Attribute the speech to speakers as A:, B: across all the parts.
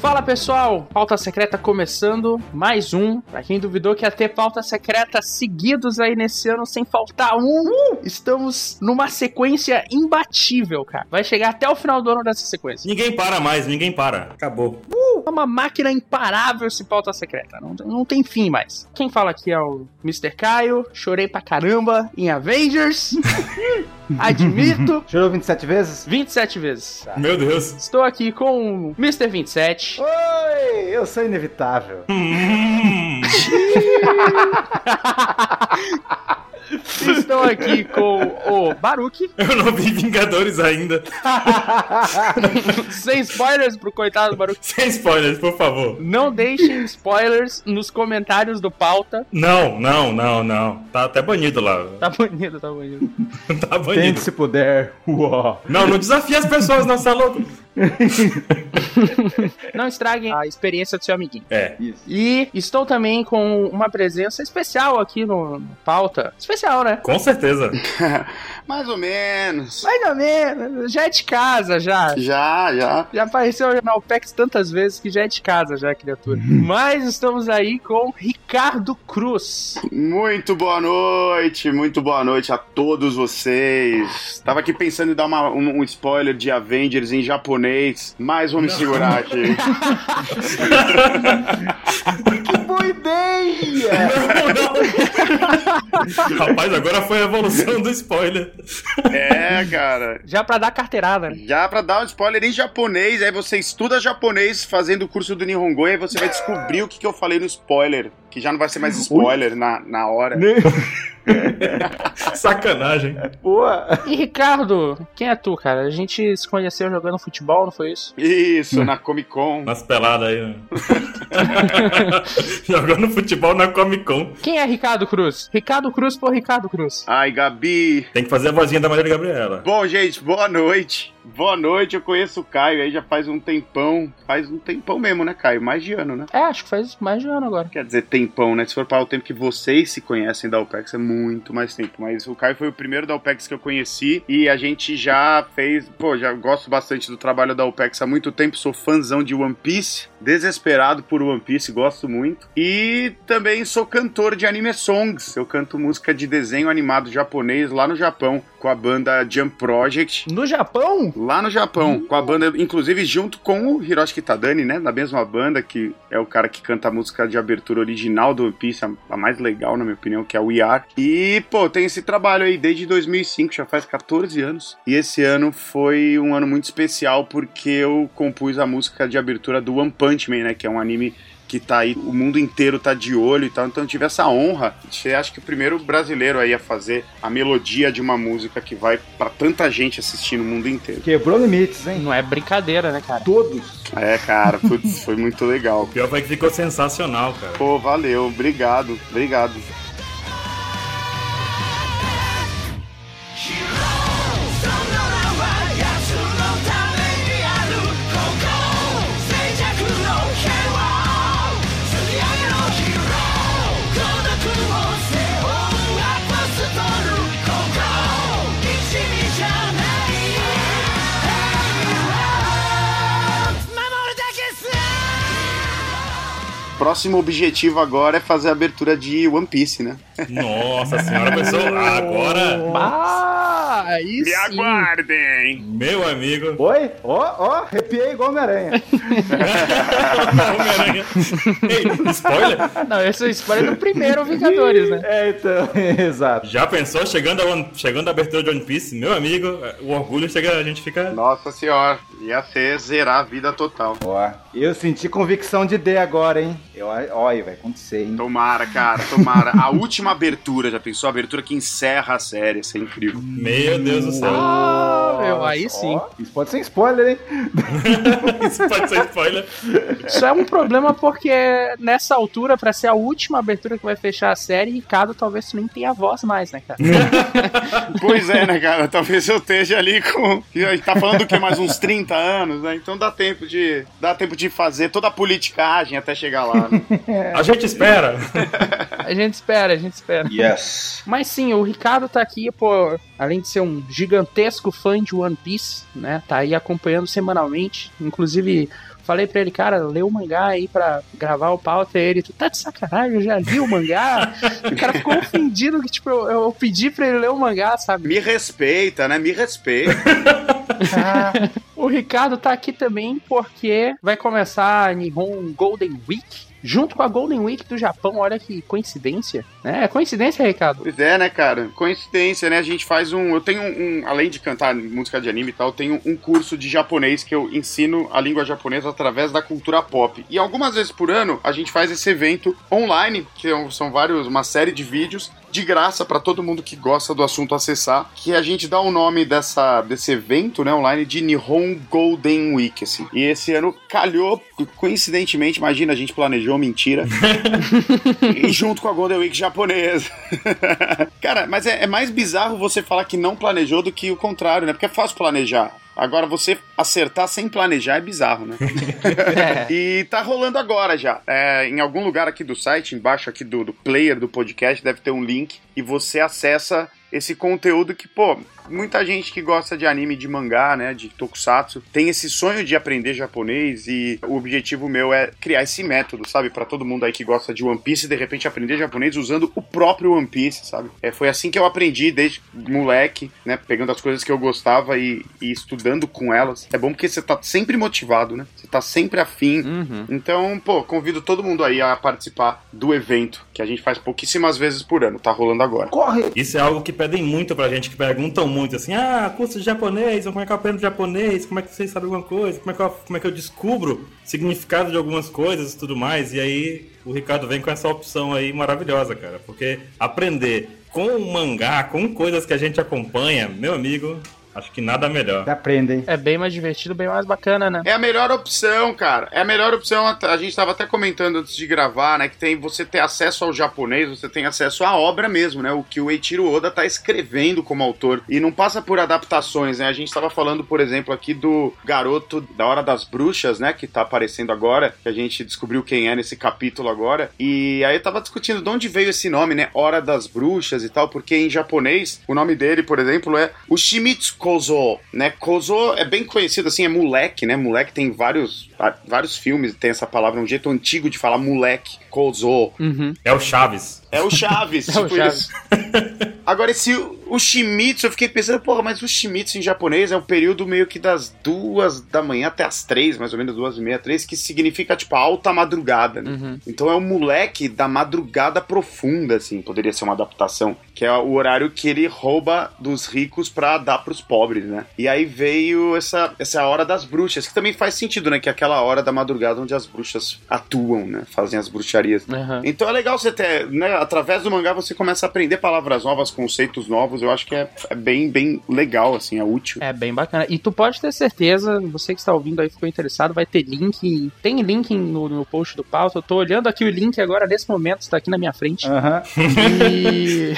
A: Fala pessoal, pauta secreta começando, mais um. Pra quem duvidou que ia ter pauta secreta seguidos aí nesse ano sem faltar um, estamos numa sequência imbatível, cara. Vai chegar até o final do ano dessa sequência.
B: Ninguém para mais, ninguém para. Acabou.
A: É uma máquina imparável esse pauta secreta, não, tem- não tem fim mais. Quem fala aqui é o Mr. Caio, chorei pra caramba em Avengers, admito,
C: Jurou 27 vezes?
A: 27 vezes.
B: Meu Deus.
A: Estou aqui com o Mr. 27.
C: Oi, eu sou inevitável.
B: Hum.
A: Estou aqui com o Baruque.
B: eu não vi Vingadores ainda.
A: Sem spoilers pro coitado do Baruque.
B: Sem spoilers, por favor.
A: Não deixem spoilers nos comentários do pauta.
B: Não, não, não, não. Tá até banido lá.
A: Tá bonito, tá bonito.
B: Tá
C: Tente
B: banido.
C: se puder. Uó.
B: Não, não desafia as pessoas, não, você é louco.
A: Não estraguem a experiência do seu amiguinho.
B: É.
C: Isso.
A: E estou também com uma presença especial aqui no no pauta. Especial, né?
B: Com certeza.
D: Mais ou menos.
A: Mais ou menos, já é de casa, já.
D: Já, já.
A: Já apareceu na OPEX tantas vezes que já é de casa, já, criatura. Mas estamos aí com Ricardo Cruz.
D: Muito boa noite, muito boa noite a todos vocês. Tava aqui pensando em dar uma- um, um spoiler de Avengers em japonês, mas vou me segurar aqui.
C: Que boa ideia!
B: Rapaz, agora foi a evolução do spoiler.
D: É, cara.
A: Já pra dar carteirada, né?
D: Já pra dar um spoiler em japonês, aí você estuda japonês fazendo o curso do Nihongo e aí você vai descobrir o que, que eu falei no spoiler. Que já não vai ser mais spoiler na, na hora.
B: Sacanagem.
C: Boa!
A: E Ricardo, quem é tu, cara? A gente se conheceu jogando futebol, não foi isso?
D: Isso, na Comic Con.
B: Umas peladas aí, né? Jogando futebol na Comic Con.
A: Quem é Ricardo Cruz? Ricardo Cruz por Ricardo Cruz.
D: Ai, Gabi,
B: Tem que fazer a vozinha da Maria Gabriela.
D: Bom, gente, boa noite. Boa noite, eu conheço o Caio aí já faz um tempão. Faz um tempão mesmo, né, Caio? Mais de ano, né?
A: É, acho que faz mais de um ano agora.
D: Quer dizer, tempão, né? Se for para o tempo que vocês se conhecem da OPEX, é muito mais tempo. Mas o Caio foi o primeiro da OPEX que eu conheci e a gente já fez. Pô, já gosto bastante do trabalho da OPEX há muito tempo, sou fãzão de One Piece, desesperado por One Piece, gosto muito. E também sou cantor de anime songs. Eu canto música de desenho animado japonês lá no Japão com a banda Jump Project.
A: No Japão?
D: Lá no Japão, com a banda, inclusive junto com o Hiroshi Kitadani, né? Da mesma banda, que é o cara que canta a música de abertura original do One Piece, a, a mais legal, na minha opinião, que é o We Are. E, pô, tem esse trabalho aí desde 2005, já faz 14 anos. E esse ano foi um ano muito especial porque eu compus a música de abertura do One Punch Man, né? Que é um anime que tá aí, o mundo inteiro tá de olho e tal. Então eu tive essa honra de ser, acho que, o primeiro brasileiro aí a fazer a melodia de uma música que vai pra tanta gente assistir no mundo inteiro.
C: Quebrou limites, hein?
A: Não é brincadeira, né, cara?
C: Todos.
D: É, cara, putz, foi muito legal.
B: Pior foi que ficou sensacional, cara.
D: Pô, valeu, obrigado, obrigado. Próximo objetivo agora é fazer a abertura de One Piece, né?
B: Nossa senhora, pessoal. Agora,
A: Ah, aí
D: Me
A: sim.
D: aguardem!
B: meu amigo.
C: Oi? Ó, ó, arrepiei igual Homem-Aranha.
B: Homem-Aranha. Ei, spoiler?
A: Não, esse é o spoiler do primeiro Vingadores, né?
C: É, então, exato.
B: Já pensou chegando a, One- chegando a abertura de One Piece? Meu amigo, o orgulho chega, a gente fica.
D: Nossa senhora, ia ser zerar a vida total.
C: Ó, eu senti convicção de D agora, hein? Eu, ó, aí vai acontecer, hein?
D: Tomara, cara, tomara. A última abertura, já pensou? A abertura que encerra a série, isso é incrível.
B: Meu Deus do céu.
A: Ah, meu, aí
C: Nossa,
A: sim.
C: ó, isso pode ser spoiler, hein?
B: Isso pode ser spoiler.
A: Isso é um problema porque nessa altura, pra ser a última abertura que vai fechar a série, Ricardo talvez nem tenha voz mais, né, cara?
D: Pois é, né, cara? Talvez eu esteja ali com. e Tá falando que mais uns 30 anos, né? Então dá tempo de. Dá tempo de fazer toda a politicagem até chegar lá. Né?
B: A gente espera.
A: A gente espera, a gente espera.
C: Yes.
A: Mas sim, o Ricardo tá aqui, pô, além de ser um gigantesco fã de One Piece, né? Tá aí acompanhando semanalmente. Inclusive, falei pra ele, cara, lê o mangá aí pra gravar o pauta. E ele, tu tá de sacanagem, eu já li o mangá. o cara ficou ofendido que, tipo, eu, eu pedi pra ele ler o mangá, sabe?
D: Me respeita, né? Me respeita.
C: Ah,
A: O Ricardo tá aqui também porque vai começar a Nihon Golden Week. Junto com a Golden Week do Japão, olha que coincidência, né? É coincidência, Ricardo?
D: Pois é, né, cara? Coincidência, né? A gente faz um. Eu tenho um. um- Além de cantar música de anime e tal, eu tenho um curso de japonês que eu ensino a língua japonesa através da cultura pop. E algumas vezes por ano a gente faz esse evento online, que é um- são vários, uma série de vídeos. De graça para todo mundo que gosta do assunto acessar, que a gente dá o nome dessa, desse evento né, online de Nihon Golden Week. Assim. E esse ano calhou, coincidentemente, imagina, a gente planejou mentira, e junto com a Golden Week japonesa. Cara, mas é, é mais bizarro você falar que não planejou do que o contrário, né? Porque é fácil planejar. Agora, você acertar sem planejar é bizarro, né?
A: É,
D: E tá rolando agora já. É, em algum lugar aqui do site, embaixo aqui do, do player do podcast, deve ter um link e você acessa esse conteúdo que, pô, muita gente que gosta de anime, de mangá, né, de tokusatsu, tem esse sonho de aprender japonês e o objetivo meu é criar esse método, sabe, Pra todo mundo aí que gosta de One Piece e de repente aprender japonês usando o próprio One Piece, sabe? É, foi assim que eu aprendi desde moleque, né, pegando as coisas que eu gostava e, e estudando com elas. É bom porque você tá sempre motivado, né? Você tá sempre afim
A: Uhum.
D: então, pô, convido todo mundo aí a participar do evento, que a gente faz pouquíssimas vezes por ano, tá rolando agora.
C: Corre!
B: Isso é algo que pedem muito pra gente, que perguntam muito assim: ah, curso de japonês, como é que eu aprendo japonês? Como é que vocês sabem alguma coisa? Como é que eu, como é que eu descubro significado de algumas coisas e tudo mais? E aí o Ricardo vem com essa opção aí maravilhosa, cara, porque aprender com um mangá, com coisas que a gente acompanha, meu amigo, acho que nada melhor.
C: Aprendem.
A: É bem mais divertido, bem mais bacana, né?
D: É a melhor opção, cara. É a melhor opção. A- A gente tava até comentando antes de gravar, né? Que tem você ter acesso ao japonês, você tem acesso à obra mesmo, né? O que o Eiichiro Oda tá escrevendo como autor. E não passa por adaptações, né? A gente tava falando, por exemplo, aqui do garoto da Hora das Bruxas, né? Que tá aparecendo agora, que a gente descobriu quem é nesse capítulo agora. E aí eu tava discutindo de onde veio esse nome, né? Hora das Bruxas e tal, porque em japonês o nome dele, por exemplo, é o Shimitsu Kozo, né? Kozo é bem conhecido assim, é moleque, né? Moleque tem vários, va- vários filmes, tem essa palavra, um jeito antigo de falar moleque, Kozo.
A: Uhum.
B: É o Chaves.
D: É o Chaves,
A: É o
D: tipo
A: Chaves.
D: isso. Agora, esse o Shimitsu, eu fiquei pensando, porra, mas o Shimitsu em japonês é um período meio que das duas da manhã até as três, mais ou menos duas e meia, três, que significa, tipo, alta madrugada, né?
A: Uhum.
D: Então é um moleque da madrugada profunda, assim, poderia ser uma adaptação, que é o horário que ele rouba dos ricos pra dar pros pobres, né? E aí veio essa, essa hora das bruxas, que também faz sentido, né? Que é aquela hora da madrugada onde as bruxas atuam, né? Fazem as bruxarias.
A: Aham.
D: Então é legal você ter, né? Através do mangá você começa a aprender palavras novas, conceitos novos. Eu acho que é, é bem, bem legal, assim, é útil.
A: É bem bacana. E tu pode ter certeza, você que está ouvindo aí, ficou interessado, vai ter link. Tem link no, no post do pauta. Eu tô olhando aqui o link agora, nesse momento, está aqui na minha frente.
D: Ah.
C: Aham.
A: E,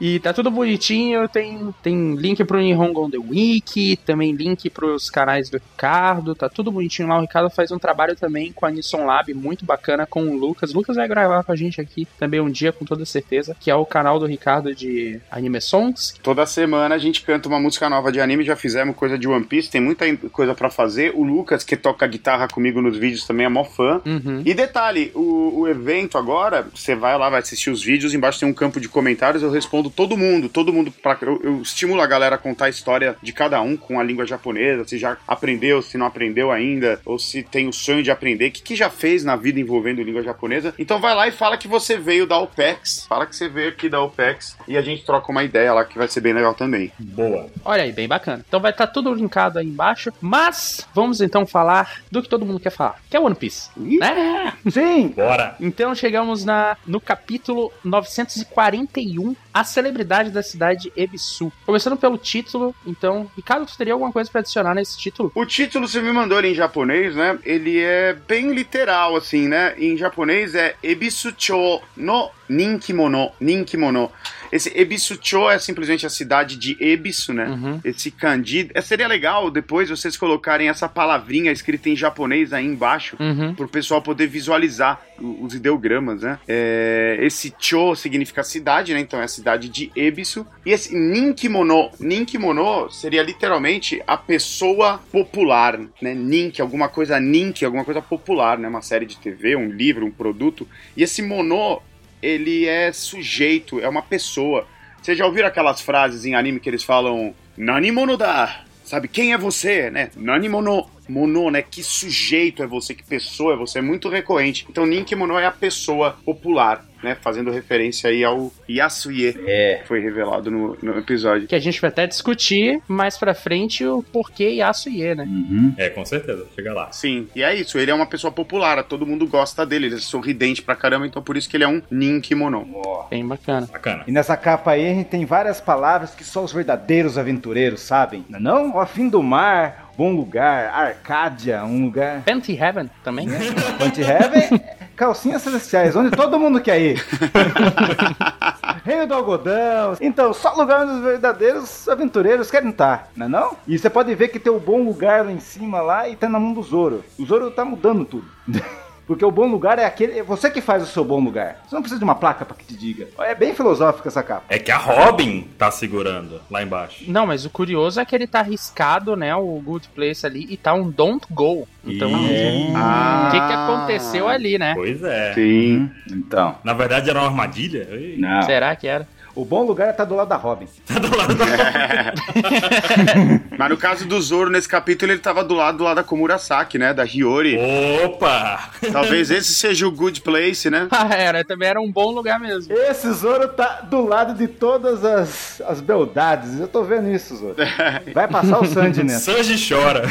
A: e tá tudo bonitinho. Tem, tem link pro Nihon Golden Week, também link pros canais do Ricardo. Tá tudo bonitinho lá. O Ricardo faz um trabalho também com a Nissan Lab muito bacana com o Lucas. O Lucas vai gravar com a gente aqui também um dia, com toda certeza, que é o canal do Ricardo de Anime Songs.
D: Toda semana a gente canta uma música nova de anime, já fizemos coisa de One Piece, tem muita in- coisa pra fazer. O Lucas, que toca guitarra comigo nos vídeos, também é mó fã.
A: Uhum.
D: E detalhe, o, o evento agora, você vai lá, vai assistir os vídeos, embaixo tem um campo de comentários, eu respondo todo mundo, todo mundo, pra, eu, eu estimulo a galera a contar a história de cada um com a língua japonesa, se já aprendeu, se não aprendeu ainda, ou se tem o sonho de aprender, o que, que já fez na vida envolvendo língua japonesa. Então vai lá e fala que você veio da OPEX, fala que você veio aqui da OPEX, e a gente troca uma ideia lá, que vai ser bem legal também.
B: Boa.
A: Olha aí, bem bacana. Então vai estar tudo linkado aí embaixo. Mas vamos então falar do que todo mundo quer falar, que é One Piece,
D: Ih.
A: né?
C: Sim!
B: Bora.
A: Então chegamos na, no capítulo 941, a celebridade da cidade Ebisu. Começando pelo título, então, Ricardo, tu teria alguma coisa pra adicionar nesse título?
D: O título, você me mandou ele em japonês, né? Ele é bem literal, assim, né? Em japonês é Ebisucho no Ninkimono, Ninkimono. Esse Ebisucho é simplesmente a cidade de Ebisu, né?
A: Uhum.
D: Esse kanji. É, seria legal depois vocês colocarem essa palavrinha escrita em japonês aí embaixo.
A: Uhum.
D: Pro pessoal poder visualizar o- os ideogramas, né? É, esse Cho significa cidade, né? Então é a cidade de Ebisu. E esse Ninkimono, Ninkimono seria literalmente a pessoa popular, né? Nink, alguma coisa Nink, alguma coisa popular, né? Uma série de TV, um livro, um produto. E esse Mono, ele é sujeito, é uma pessoa. Vocês já ouviram aquelas frases em anime que eles falam Nanimono da? Sabe, quem é você, né? Nanimono. Mono, né? Que sujeito é você, que pessoa é você, é muito recorrente. Então, Ninkimono é a pessoa popular, né? Fazendo referência aí ao Yasuye,
C: É.
D: que foi revelado no, no episódio.
A: Que a gente vai até discutir mais pra frente o porquê Yasu Ye, né?
C: Uhum.
B: É, com certeza, chega lá.
D: Sim, e é isso, ele é uma pessoa popular, todo mundo gosta dele, ele é sorridente pra caramba, então por isso que ele é um Ninkimono.
C: Ó.
A: Bem bacana.
B: Bacana.
C: E nessa capa aí a gente tem várias palavras que só os verdadeiros aventureiros sabem. Não? é não? Ó, fim do mar, bom lugar, Arcádia, um lugar.
A: Panty Heaven também.
C: Bunch Heaven, calcinhas celestiais, onde todo mundo quer ir. Reino do algodão. Então, só lugar onde os verdadeiros aventureiros querem estar, não é não? E você pode ver que tem o bom lugar lá em cima lá e tá na mão do Zoro. O Zoro tá mudando tudo. Porque o bom lugar é aquele. É você que faz o seu bom lugar. Você não precisa de uma placa pra que te diga. É bem filosófica essa capa.
B: É que a Robin tá segurando lá embaixo.
A: Não, mas o curioso é que ele tá arriscado, né? O Good Place ali e tá um Don't Go. Então, o
B: E-
D: Ah.
A: que que aconteceu ali, né?
B: Pois é.
D: Sim.
C: Então.
B: Na verdade era uma armadilha? Ih,
C: Não.
A: Será que era?
C: O bom lugar é tá do lado da Robin.
B: Tá do lado da
D: Mas no caso do Zoro, nesse capítulo, ele tava do lado, do lado da Komurasaki, né? Da Hiyori.
C: É.
B: Opa!
D: Talvez esse seja o good place, né?
A: Ah, era. Também era um bom lugar mesmo.
C: Esse Zoro tá do lado de todas as, as beldades. Eu tô vendo isso, Zoro. Vai passar o Sandy nessa.
B: Sanji chora.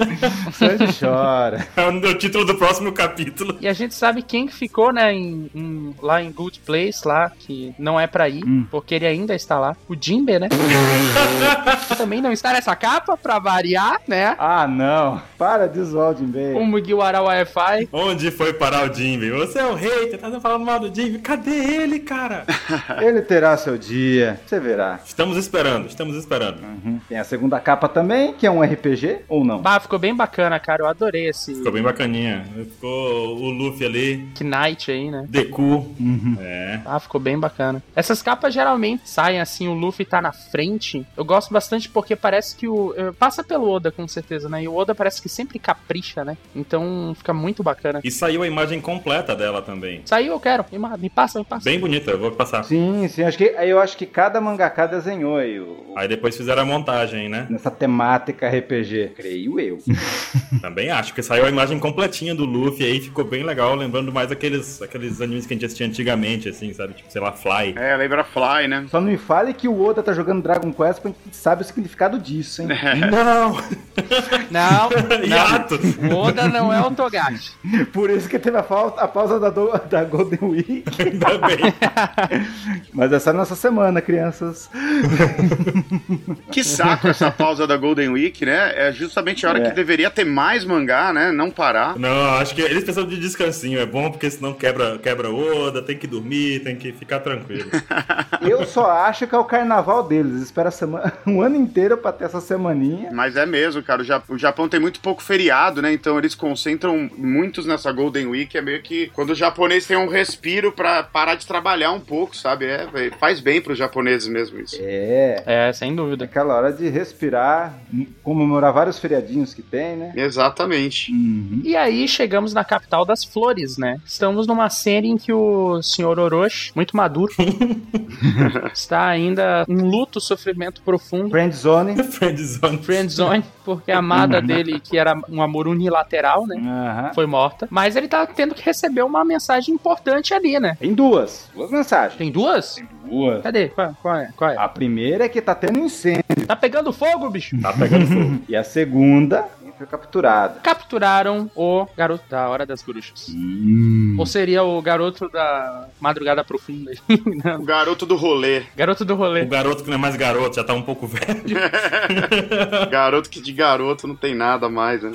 C: Sandy chora.
B: É o título do próximo capítulo.
A: E a gente sabe quem que ficou, né, em- em- lá em Good Place, lá, que não é pra ir, porque ele ainda está lá. O Jimbe, né? Também não está nessa capa, pra variar, né?
C: Ah, não. Para de zoar o Jinbei.
A: O Mugiwara Wi-Fi.
B: Onde foi parar o Jimmy? Você é um hater, tá falando mal do Jimmy? Cadê ele, cara?
C: Ele terá seu dia. Você verá.
B: Estamos esperando, estamos esperando.
C: Uhum. Tem a segunda capa também, que é um RPG ou não?
A: Bah, ficou bem bacana, cara. Eu adorei esse
B: Ficou bem bacaninha. Ficou o Luffy ali,
A: Knight aí, né?
B: Deku.
C: Uhum.
B: É.
A: Ah, ficou bem bacana. Essas capas geralmente saem assim, o Luffy tá na frente. Eu gosto bastante porque parece que o. eh, Passa pelo Oda, com certeza, né? E o Oda parece que sempre capricha, né? Então fica muito bacana.
B: E saiu a imagem completa dela também.
A: Saiu, eu quero. Me ma- Me passa, me passa.
B: Bem bonita, eu vou passar.
C: Sim, sim. Acho que, eu acho que cada mangaká desenhou aí o-
B: Aí depois fizeram a montagem, né?
C: nessa temática RPG. Creio eu. Uhum.
B: Também acho, que saiu a imagem completinha do Luffy aí, ficou bem legal, lembrando mais aqueles, aqueles animes que a gente assistia antigamente, assim, sabe? Tipo, sei lá, Fly.
D: É, lembra Fly, né?
C: Só não me fale que o Oda tá jogando Dragon Quest porque a gente sabe o significado disso, hein?
B: Não!
A: Não,
B: Yato!
A: não. O Oda não é o Togashi.
C: Por isso que teve a, falta, a pausa da, do- da Golden Week.
B: Ainda bem.
C: Mas essa é a nossa semana, crianças.
D: Que saco essa pausa da Golden Week, né? É justamente a hora
C: É.
D: que deveria ter mais mangá, né? Não parar.
B: Não, acho que eles precisam de descansinho, é bom porque senão quebra, quebra Oda, tem que dormir, tem que ficar tranquilo.
C: Eu só acho que é o carnaval deles. Espera a semana, um ano inteiro pra ter essa semaninha.
D: Mas é mesmo, cara. O Ja- O Japão tem muito pouco feriado, né? Então eles concentram muitos nessa Golden Week. É meio que quando o japonês tem um respiro pra parar de trabalhar um pouco, sabe? É, é, faz bem pros japoneses mesmo isso.
C: É.
A: É, sem dúvida.
C: Aquela hora de respirar, comemorar vários feriadinhos que tem, né?
D: Exatamente.
C: Uhum.
A: E aí chegamos na capital das flores, né? Estamos numa série em que o Sr. Orochi, muito maduro, está ainda em luto, sofrimento profundo.
C: Friend Zone.
B: Friendzone.
A: friendzone, porque a amada dele, que era um amor unilateral, né?
C: Aham.
A: Foi morta. Mas ele tá tendo que receber uma mensagem importante ali, né?
C: Tem duas. Duas mensagens.
A: Tem duas?
C: Duas.
A: Cadê? Qual, qual é? Qual é?
C: A primeira é que tá tendo incêndio.
A: Tá pegando fogo, bicho!
B: Tá pegando fogo.
C: E a segunda quem foi capturada.
A: Capturaram o garoto da Hora das Bruxas. Ou seria o garoto da Madrugada Profunda.
D: O garoto do rolê.
A: garoto do
B: O
A: rolê.
B: garoto que não é mais garoto, já tá um pouco velho.
D: Garoto que de garoto não tem nada mais, né?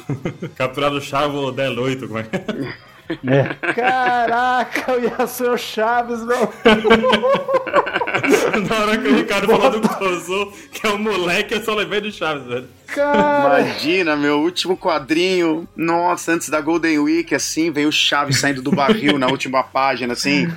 B: Capturado o Chavo Del 8, como é?
C: É. Caraca, o Yasuo Chaves, meu.
B: Na hora que o Ricardo falou do Gozo, que é o moleque, eu só lembrei do Chaves, velho.
C: Cara.
D: Imagina, meu último quadrinho. Nossa, antes da Golden Week, assim, veio o Chaves saindo do barril na última página, assim.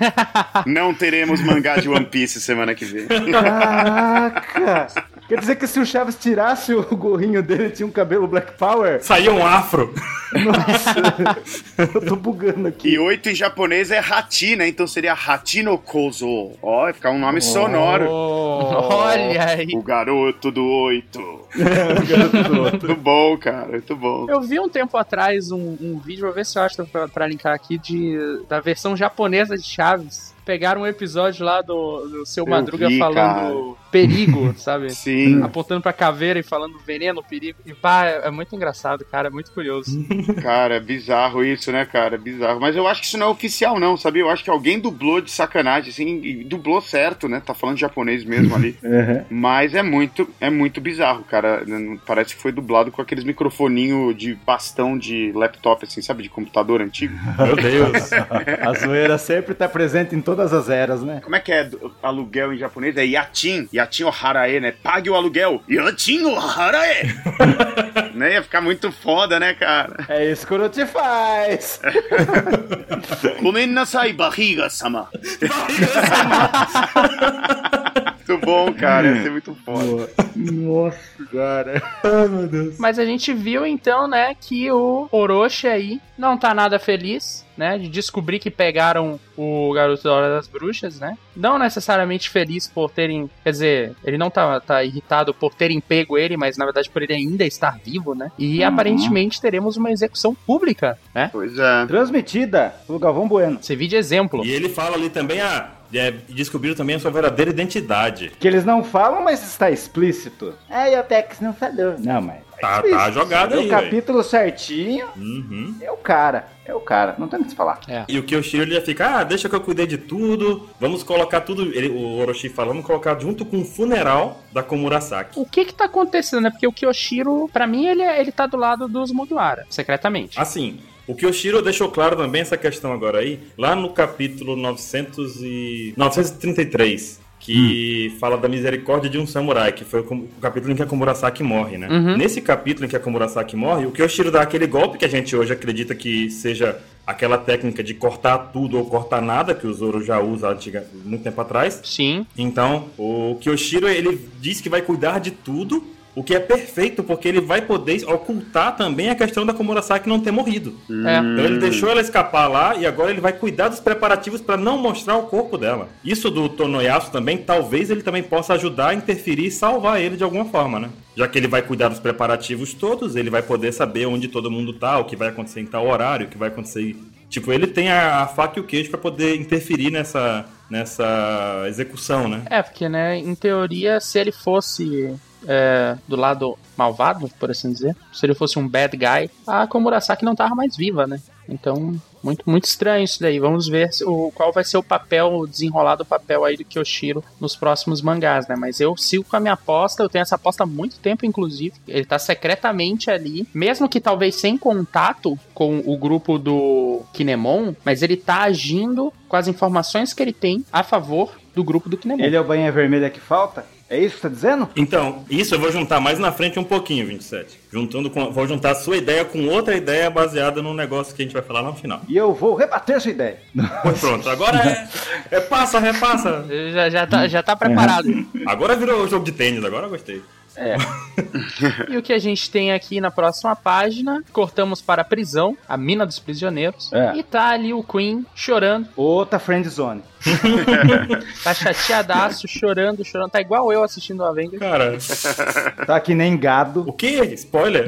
D: Não teremos mangá de One Piece semana que vem.
C: Caraca. Quer dizer que se o Chaves tirasse o gorrinho dele, tinha um cabelo Black Power?
B: Saiu um afro.
C: Nossa. Eu tô bugando aqui.
D: E oito em japonês é Hati, né? Então seria Hatino Kozo. Ó, vai ficar um nome sonoro.
A: Olha aí.
D: O garoto do oito.
C: Garoto.
D: Muito bom, cara. Muito bom.
A: Eu vi um tempo atrás um, um vídeo, vou ver se eu acho pra, pra linkar aqui, de, da versão japonesa de Chaves. Pegaram um episódio lá do, do seu
D: Eu
A: Madruga
D: vi, Hum.
A: falando perigo, sabe?
D: Sim,
A: Apontando pra caveira e falando veneno, perigo. E pá, é é muito engraçado, cara. É muito curioso.
D: cara, é bizarro isso, né, cara? É Bizarro. Mas eu acho que isso não é oficial, não, sabe? Eu acho que alguém dublou de sacanagem, assim, e dublou certo, né? Tá falando japonês mesmo ali.
C: Uhum.
D: Mas é muito, é muito bizarro, cara. Não- Parece que foi dublado com aqueles microfoninho de bastão de laptop, assim, sabe? De computador antigo.
B: Meu Deus.
C: A zoeira sempre tá presente em todas as eras, né?
D: Como é que é do- aluguel em japonês? É yatin. Yatin o harae, né? Pague o aluguel. Yatin o harae. né? Ia ficar muito foda, né, cara?
C: É isso que o te faz.
D: Comen nasai barriga, sama. Muito bom, cara. Ia ser muito foda.
C: Nossa, cara.
A: Mas a gente viu então, né, que o Orochi aí não tá nada feliz, né, de descobrir que pegaram o garoto da Hora das Bruxas, né? Não necessariamente feliz por terem, quer dizer, ele não tá, tá irritado por terem pego ele, mas na verdade por ele ainda estar vivo, né? E
D: Uhum.
A: aparentemente teremos uma execução pública, né?
D: Pois é.
C: Transmitida pelo Galvão Bueno.
A: Você vi de exemplo.
B: E ele fala ali também, ah, é, descobriram também a sua verdadeira identidade.
C: Que eles não falam, mas está explícito. É, e o Tex não falou. Não, mas.
B: Tá,
C: explícito.
B: tá jogado
C: É
B: aí,
C: O
B: velho.
C: capítulo certinho
B: Uhum.
C: é o cara. É o cara. Não tem o que se falar.
B: E o Kyoshiro ele já fica, ah, deixa que eu cuidei de tudo, vamos colocar tudo, ele, o Orochi fala, vamos colocar junto com o funeral da Komurasaki.
A: O que que tá acontecendo, né? Porque o Kyoshiro, pra mim, ele, é- ele tá do lado dos Mugiwara, secretamente.
B: Assim, o Kyoshiro deixou claro também essa questão agora aí, lá no capítulo 900 e... 933, que fala da misericórdia de um samurai, que foi o com- o capítulo em que a Komurasaki morre, né?
A: Uhum.
B: Nesse capítulo em que a Komurasaki morre, o Kyoshiro dá aquele golpe que a gente hoje acredita que seja aquela técnica de cortar tudo ou cortar nada, que o Zoro já usa antiga, muito tempo atrás.
A: Sim,
B: Então, o Kyoshiro, ele diz que vai cuidar de tudo, o que é perfeito, porque ele vai poder ocultar também a questão da Komurasaki não ter morrido.
A: É.
B: Então, ele deixou ela escapar lá e agora ele vai cuidar dos preparativos para não mostrar o corpo dela. Isso do Tonoyasu também, talvez ele também possa ajudar a interferir e salvar ele de alguma forma, né? Já que ele vai cuidar dos preparativos todos, ele vai poder saber onde todo mundo tá, o que vai acontecer em tal horário, o que vai acontecer em Tipo, ele tem a, a faca e o queijo pra poder interferir nessa, nessa execução, né?
A: É, porque, né, em teoria, se ele fosse é, do lado malvado, por assim dizer, se ele fosse um bad guy, a Komurasaki não tava mais viva, né? Então, muito, muito estranho isso daí. Vamos ver se- o, qual vai ser o papel, o desenrolar do papel aí do Kyoshiro nos próximos mangás, né? Mas eu sigo com a minha aposta, eu tenho essa aposta há muito tempo, inclusive. Ele tá secretamente ali, mesmo que talvez sem contato com o grupo do Kinemon, mas ele tá agindo com as informações que ele tem a favor do grupo do Kinemon.
C: Ele é o banha vermelha que falta? É isso que tá dizendo?
B: Então, isso eu vou juntar mais na frente um pouquinho, 27. Juntando com, vou juntar a sua ideia com outra ideia baseada num negócio que a gente vai falar lá no final.
C: E eu vou rebater sua ideia.
B: Pois pronto, agora é, é passa, repassa.
A: Já, já, tá, já tá preparado.
B: Agora virou jogo de tênis, agora eu gostei.
C: É.
A: e o que a gente tem aqui na próxima página? Cortamos para a prisão, a mina dos prisioneiros.
C: É.
A: E tá ali o Queen chorando,
C: Outra friend zone.
A: tá chateadaço, chorando, chorando. Tá igual eu assistindo a Avenger.
B: Cara,
C: Tá que nem gado.
B: o que? Spoiler?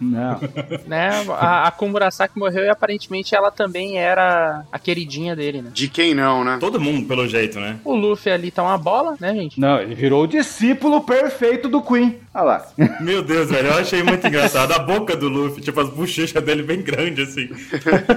C: Não.
A: Né? A, a Komurasaki morreu e aparentemente ela também era a queridinha dele, né?
D: De quem não, né?
B: Todo mundo, pelo jeito, né?
A: O Luffy ali tá uma bola, né, gente?
C: Não, ele virou o discípulo perfeito do Queen. Olha lá.
B: Meu Deus, velho, eu achei muito engraçado. A boca do Luffy, tipo, as bochechas dele bem grande, assim.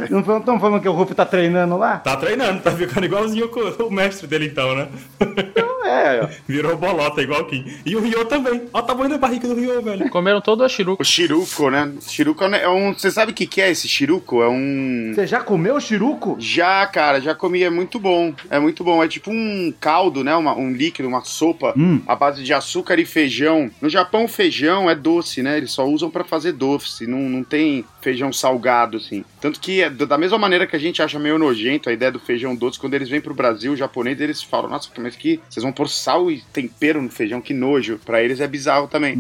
C: Não estão falando que o Ruff tá treinando lá?
B: Tá treinando, tá ficando igualzinho com o mestre dele, então, né?
C: Não, é, É, ó.
B: Virou bolota, igual o Kim. E o Ryo também. Olha o tamanho da barriga do Ryo, velho.
A: Comeram todo o Shiruko.
D: O Chiruco, né? Chiruco é um. Você sabe o que, que é esse Chiruco? É um.
C: Você já comeu chiruco?
D: Já, cara, já comi, é muito bom. É muito bom. É tipo um caldo, né? Uma- um líquido, uma sopa
C: Hum.
D: à base de açúcar e feijão. No Japão, o feijão é doce, né? Eles só usam pra fazer doce. Não, não tem feijão salgado, assim. Tanto que, é da da mesma maneira que a gente acha meio nojento a ideia do feijão doce, quando eles vêm pro Brasil, os japoneses, eles falam: Nossa, mas que vocês vão pôr sal e tempero no feijão, que nojo. Pra eles é bizarro também.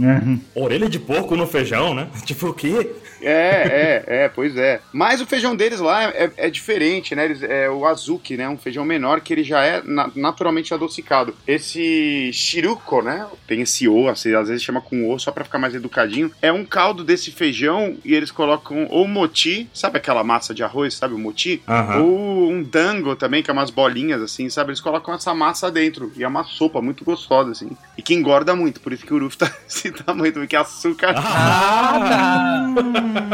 B: Orelha de porco no feijão, né? Tipo o quê?
D: É, é, é, pois é. Mas o feijão deles lá é, é diferente, né? Eles, é o azuki, né? Um feijão menor que ele já é na- naturalmente adocicado. Esse shiruko, né? Tem esse o, assim, às vezes chama com o só pra ficar mais educadinho. É um caldo desse feijão e eles colocam ou moti, sabe aquela massa de arroz, sabe o moti?
B: Aham.
D: Ou um dango também, que é umas bolinhas assim, sabe? Eles colocam essa massa dentro. E é uma sopa muito gostosa, assim. E que engorda muito, por isso que o Uruf tá esse tamanho, porque açúcar.
B: tá.
A: Ah,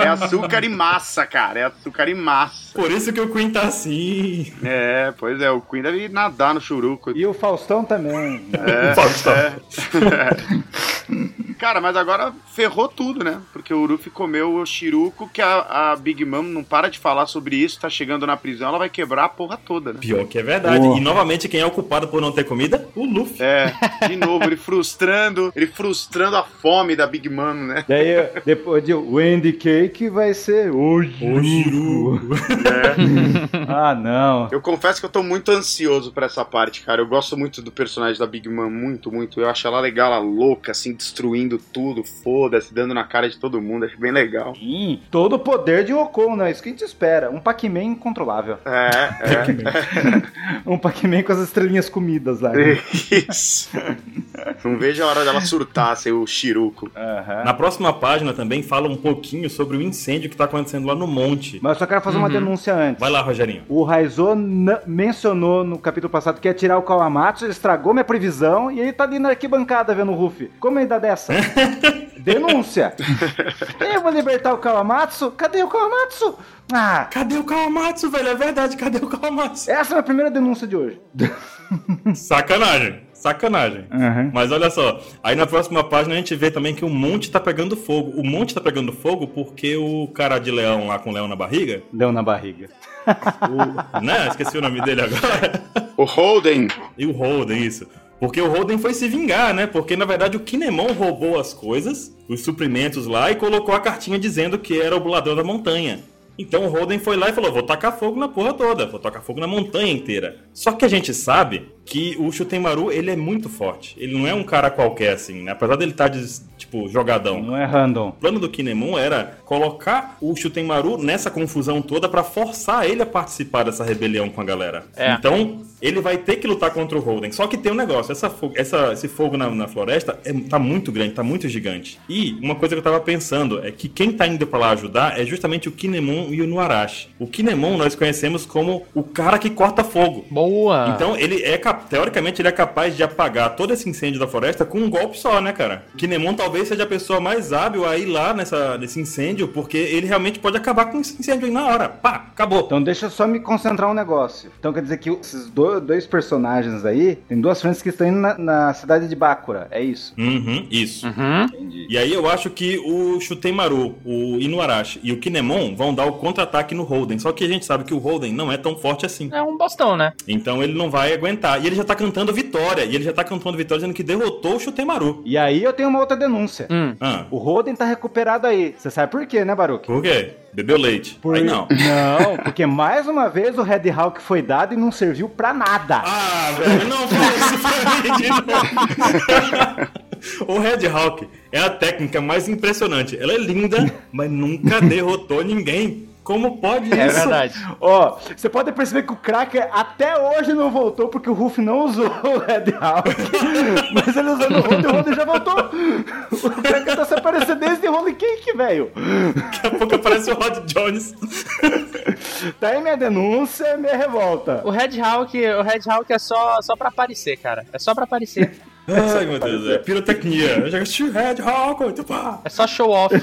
D: É açúcar e massa, cara. É açúcar e massa.
B: Por isso que o Queen tá assim.
D: É, pois é. O Queen deve nadar no churuco.
C: E o Faustão também.
B: Faustão.
D: Cara, mas agora ferrou tudo, né? Porque o Uruf comeu o chiruco, que a, a Big Mom não para de falar sobre isso, tá chegando na prisão, ela vai quebrar a porra toda, né?
B: Pior que é verdade.
C: Boa.
B: E novamente, quem é o culpado por não ter comida? O Luffy.
D: É, de novo, ele frustrando, ele frustrando a fome da Big Mom, né?
C: Daí, depois de Wendy Cake vai ser hoje. Ah, não.
D: Eu confesso que eu tô muito ansioso pra essa parte, cara. Eu gosto muito do personagem da Big Mom, muito, muito. Eu acho ela legal, ela louca, assim, destruindo tudo, foda-se, dando na cara de todo mundo, acho bem legal.
C: Sim, todo o poder de Okon, né? Isso que a gente espera. Um Pac-Man incontrolável.
D: É, é.
C: Um Pac-Man com as estrelinhas comidas lá. né?
D: Isso. Não vejo a hora dela surtar, ser o Chiruco.
C: Aham.
B: Na próxima página também fala um pouquinho sobre o incêndio que tá acontecendo lá no monte.
C: Mas eu só quero fazer uma
A: Uhum.
C: denúncia antes.
B: Vai lá, Rogerinho.
C: O Raizo na- mencionou no capítulo passado que ia tirar o Kawamatsu, ele estragou minha previsão e ele tá ali na arquibancada vendo o Ruffy. Como ainda dessa? Denúncia! Eu vou libertar o Kawamatsu? Cadê o Kawamatsu? Ah,
B: Cadê o Kawamatsu, velho? É verdade, cadê o Kawamatsu?
C: essa é a primeira denúncia de hoje.
B: Sacanagem, sacanagem. Mas olha só, aí na próxima página a gente vê também que o monte tá pegando fogo. O monte tá pegando fogo porque o cara de leão lá com o leão na barriga,
C: Deu na barriga.
B: o, né? Esqueci o nome dele agora.
D: O Holden.
B: E o Holden, isso. Porque o Holden foi se vingar, né? Porque na verdade o Kinemon roubou as coisas, os suprimentos lá, e colocou a cartinha dizendo que era o ladrão da montanha. Então o Holden foi lá e falou: vou tacar fogo na porra toda, vou tacar fogo na montanha inteira. Só que a gente sabe que o Shutenmaru, ele é muito forte. Ele não é um cara qualquer, assim, né? Apesar dele estar, des- tipo, jogadão.
C: Não é random.
B: O plano do Kinemon era colocar o Shutenmaru nessa confusão toda pra forçar ele a participar dessa rebelião com a galera.
A: É.
B: Então, ele vai ter que lutar contra o Holden. Só que tem um negócio, essa fo- essa- esse fogo na, na floresta é, tá muito grande, tá muito gigante. E uma coisa que eu tava pensando é que quem tá indo pra lá ajudar é justamente o Kinemon e o Nuarashi. O Kinemon nós conhecemos como o cara que corta fogo.
A: boa.
B: Então, ele é cap- teoricamente ele é capaz de apagar todo esse incêndio da floresta com um golpe só, né, cara? Kinemon talvez seja a pessoa mais hábil a ir lá nessa, nesse incêndio, porque ele realmente pode acabar com esse incêndio aí na hora. Pá, acabou.
C: Então deixa eu só me concentrar um negócio. Então quer dizer que esses do- dois personagens aí, tem duas frentes que estão indo na, na cidade de Bakura, é isso?
B: Uhum, isso.
A: Uhum.
C: Entendi.
B: E aí eu acho que o Shutenmaru, o Inuarashi e o Kinemon vão dar o contra-ataque no Holden. Só que a gente sabe que o Holden não é tão forte assim.
A: É um bostão, né?
B: Então ele não vai aguentar. E ele já tá cantando vitória. E ele já tá cantando vitória dizendo que derrotou o Shutenmaru.
C: E aí eu tenho uma outra denúncia.
A: Hum.
B: Ah,
C: O Roden tá recuperado aí. Você sabe por quê, né, Baruque?
B: por quê? Bebeu leite.
C: Por...
B: Aí não.
C: Não, porque mais uma vez o Red Hawk foi dado e não serviu pra nada.
B: Ah, velho, não fala isso pra mim de novo. O Red Hawk é a técnica mais impressionante. Ela é linda, mas nunca derrotou ninguém. Como pode isso?
A: É verdade.
C: Ó, você pode perceber que o Cracker até hoje não voltou porque o Ruff não usou o Red Hawk. mas ele usando o Roden, o Roden já voltou. O Cracker tá se aparecendo desde Holy Cake, velho.
B: Daqui a pouco aparece o Rod Jones.
C: Tá aí minha denúncia, minha revolta.
A: O Red Hawk, o Red Hawk é só, só pra aparecer, cara. É só pra aparecer.
B: Ai, meu Deus, é pirotecnia. Eu já assisti o Red Hawk. muito pá.
A: É só show off.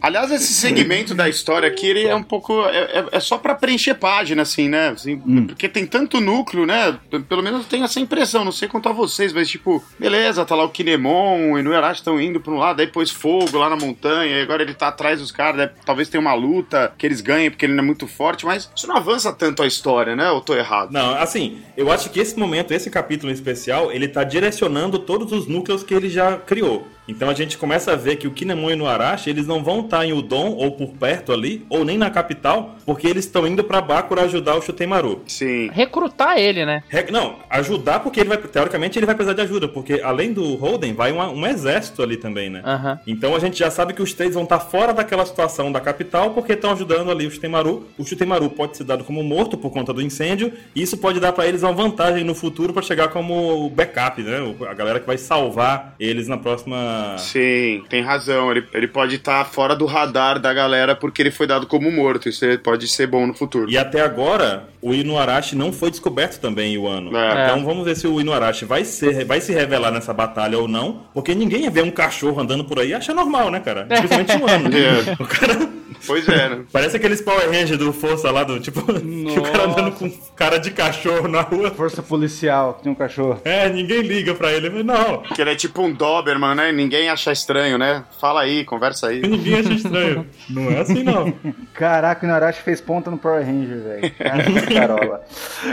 D: Aliás, esse segmento da história aqui, ele é um pouco. É, é- é só pra preencher página, assim, né? Assim, Porque tem tanto núcleo, né? P- Pelo menos eu tenho essa impressão, não sei quanto a vocês, mas tipo, beleza, tá lá o Kinemon e o Nuerashi estão indo pra um lado, aí pôs fogo lá na montanha, e agora ele tá atrás dos caras, né? talvez tenha uma luta que eles ganhem porque ele não é muito forte, mas isso não avança tanto a história, né? Ou tô errado?
B: Não, assim, eu acho que esse momento, esse capítulo em especial, ele tá direcionando todos os núcleos que ele já criou. Então a gente começa a ver que o Kinemon e o Arashi, eles não vão estar em Udon ou por perto ali, ou nem na capital, porque eles estão indo pra Bakura ajudar o Shuteimaru.
D: Sim.
A: Recrutar ele, né?
B: Re- Não, ajudar porque ele vai, teoricamente ele vai precisar de ajuda, porque além do Holden, vai uma- um exército ali também, né?
A: Aham.
B: Então a gente já sabe que os três vão estar fora daquela situação da capital porque estão ajudando ali o Shutemaru. O Shutemaru pode ser dado como morto por conta do incêndio e isso pode dar pra eles uma vantagem no futuro pra chegar como o backup, né? O- A galera que vai salvar eles na próxima.
D: Sim, tem razão. Ele, ele pode estar fora do radar da galera porque ele foi dado como morto. Isso aí pode ser bom no futuro.
B: E até agora, o Inuarashi não foi descoberto também o ano.
D: É.
B: Então vamos ver se o Inuarashi vai, ser, vai se revelar nessa batalha ou não. Porque ninguém vê um cachorro andando por aí e acha normal, né, cara? Principalmente um ano.
D: É.
B: O cara
D: Pois é, né?
B: Parece aqueles Power Rangers do Força lá, do tipo, que o cara andando com cara de cachorro na rua.
C: Força policial, que tinha um cachorro.
B: É, ninguém liga pra ele. Mas Não,
D: Que ele é tipo um Doberman, né? Ninguém acha estranho, né? Fala aí, conversa aí.
B: ninguém acha estranho. Não é assim, não.
C: Caraca, o Narashi fez ponta no Power Ranger, velho. Caraca, Carola.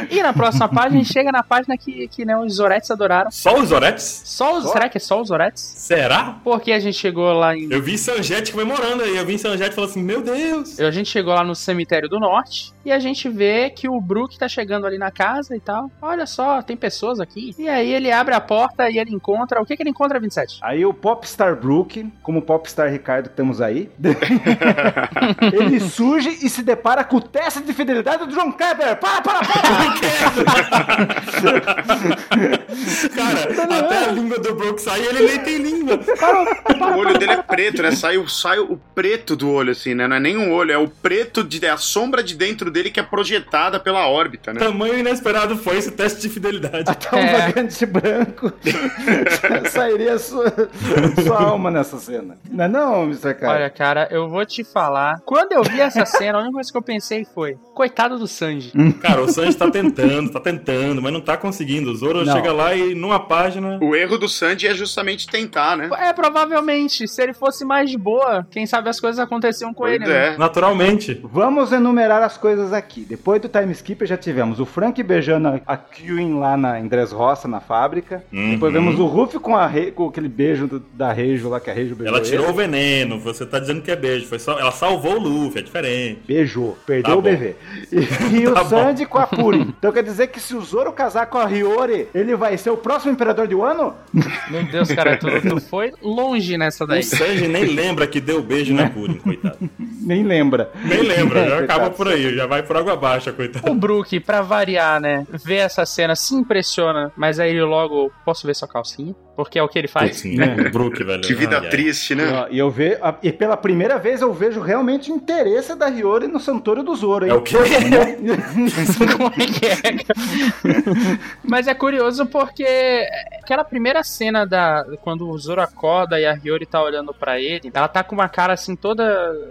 A: E na próxima página, a gente chega na página que, que né, os Zoretes adoraram.
B: Só os Oretes?
A: Só os,
C: Só?
A: Será que é só os Zoretes?
B: Será?
A: Porque a gente chegou lá em.
B: Eu vi Sanjete comemorando aí. Eu vi Sanjete falando assim, meu Deus.
A: A gente chegou lá no cemitério do norte e a gente vê que o Brook tá chegando ali na casa e tal. Olha só, tem pessoas aqui. E aí ele abre a porta e ele encontra. O que, que ele encontra, 27?
C: Aí o Popstar Brook, como o Popstar Ricardo que temos aí, ele surge e se depara com o teste de fidelidade do John Kleber. Para, para, para!
B: Cara, até a língua do Brook sair, ele nem tem língua.
D: O olho dele é preto, né? Sai, o- sai o preto do olho, assim, né? Não é nem um olho, é o preto, de, é a sombra de dentro dele que é projetada pela órbita, né?
B: Tamanho inesperado foi esse teste de fidelidade.
C: Até um
A: É.
C: vagante branco sairia sua, sua alma nessa cena. Não é não, Mr. Kai?
A: Olha, cara, eu vou te falar. Quando eu vi essa cena, a única coisa que eu pensei foi: coitado do Sanji.
B: Cara, o Sanji tá tentando, tá tentando, mas não tá conseguindo. O Zoro
C: Não.
B: chega lá e numa página...
D: O erro do Sandy é justamente tentar, né?
A: É, provavelmente, se ele fosse mais de boa, quem sabe as coisas aconteciam com
D: Pois
A: ele. né?
D: é.
B: Naturalmente.
C: Vamos enumerar as coisas aqui. Depois do time skipper já tivemos o Frank beijando a- a Queen lá na em Roça, na fábrica.
B: Uhum.
C: Depois vemos o Ruff com, a Re- com aquele beijo do- da Rejo lá, que a Rejo beijou
B: Ela tirou
C: ele.
B: o veneno, você tá dizendo que é beijo. Foi só... Ela salvou o Luffy, é diferente.
C: Beijou, perdeu
B: Tá
C: o
B: bom.
C: bebê. E, e o
B: Tá bom.
C: Sandy com a Puri. Então quer dizer que se o Zoro casar com a Hiyori, ele vai ser o próximo imperador de Wano?
A: Meu Deus, cara, tu, tu foi longe nessa daí.
B: O Sanji nem lembra que deu beijo na Purim, coitado.
C: Nem lembra.
B: Nem lembra, já
C: Coitado.
B: acaba por aí, já vai por água abaixo, coitado.
A: O Brook, pra variar, né? Vê essa cena, se impressiona, mas aí ele logo. Posso ver sua calcinha? Porque é o que ele faz.
B: Putz, né? O Brook, velho.
D: Que vida
B: Ai, ai.
D: triste,
C: E,
D: né?
C: ó, E eu vejo, e pela primeira vez eu vejo realmente o interesse da Hiyori no Santuário do Zoro, hein?
B: É o quê?
A: Como é que é? cara? mas é curioso porque aquela primeira cena da. Quando o Zoro acorda e a Hiyori tá olhando pra ele, ela tá com uma cara assim toda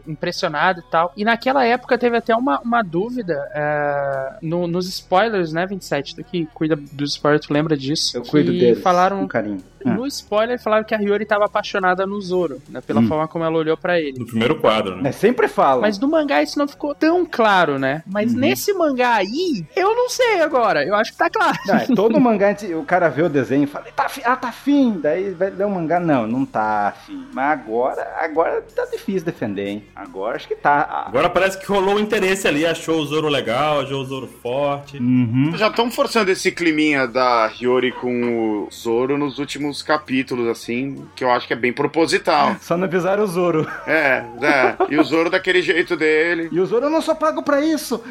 A: impressionada e tal. E naquela época teve até uma, uma dúvida é, no- nos spoilers, né, 27? Tu que cuida dos spoilers, tu lembra disso?
C: Eu cuido
A: que
C: deles
A: Falaram
C: com carinho. Ah.
A: No spoiler falaram que a Hiyori tava apaixonada no Zoro, né, pela forma como ela olhou pra ele.
B: No primeiro quadro, né?
C: Ah. Mas sempre falam.
A: Mas no mangá isso não ficou tão claro, né? Mas nesse mangá aí, eu não sei agora. Eu acho que tá claro.
C: Não, é todo mangá, a gente- o cara vê o desenho e fala, tá fi, ah, tá fim. Daí vai ler o mangá, não, não tá fim. Mas agora, agora tá difícil defender, hein? Agora acho que tá. Ah,
B: Agora parece que rolou um interesse ali, achou o Zoro legal, achou o Zoro forte.
C: Uhum.
D: Já estão forçando esse climinha da Hiyori com o Zoro nos últimos capítulos, assim, que eu acho que é bem proposital.
C: Só não avisaram o Zoro.
D: É, é. E o Zoro daquele jeito dele.
C: E o Zoro, eu não sou pago pra isso.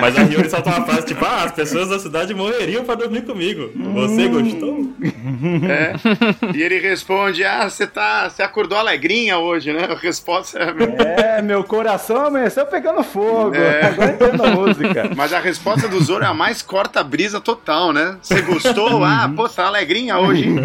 B: Mas a Hiyori solta uma frase tipo, ah, as pessoas da cidade morreriam pra dormir comigo. Você gostou?
D: É. E ele responde: Ah, você tá. Você acordou alegrinha hoje, né? A resposta é.
C: É, meu coração amanheceu pegando fogo.
D: É.
C: Agora entendo a música.
D: Mas a resposta do Zoro é a mais corta-brisa total, né? Você gostou? Ah, pô, tá alegrinha hoje. hein?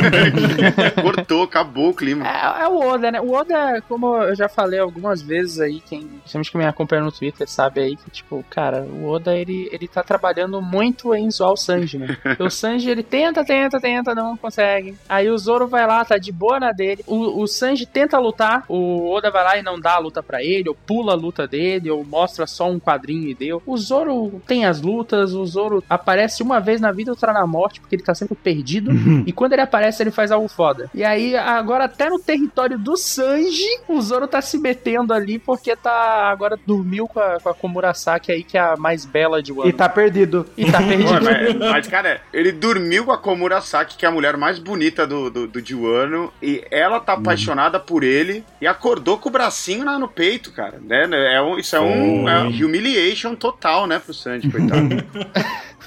D: Cortou, acabou o clima.
A: É, é o Oda, né? O Oda, como eu já falei algumas vezes aí, quem, principalmente quem me acompanha no Twitter, sabe aí que, tipo, cara, o Oda, ele, ele tá trabalhando muito em zoar o Sanji, né? o Sanji, ele tenta, tenta, tenta, não consegue. Aí o Zoro vai lá, tá de boa na dele. O, o Sanji tenta lutar, o Oda vai lá e não dá a luta pra ele, ou pula a luta dele, ou mostra só um quadrinho e deu. O Zoro tem as lutas, o Zoro aparece uma vez na vida, outra na morte, porque ele tá sempre perdido. E quando ele aparece, ele faz algo foda. E aí, agora até no território do Sanji, o Zoro tá se metendo ali porque tá agora dormiu com a, com a Komurasaki aí, que é a mais bela de Wano.
C: E tá perdido.
A: E tá
D: Pô,
A: perdido.
D: mas, mas, cara, ele dormiu com a Komurasaki, que é a mulher mais bonita do, do, do Jiwano, e ela tá apaixonada por ele, e acordou com o bracinho lá no peito, cara. Né? É um, isso é um é um humiliation total, né, pro Sanji, coitado.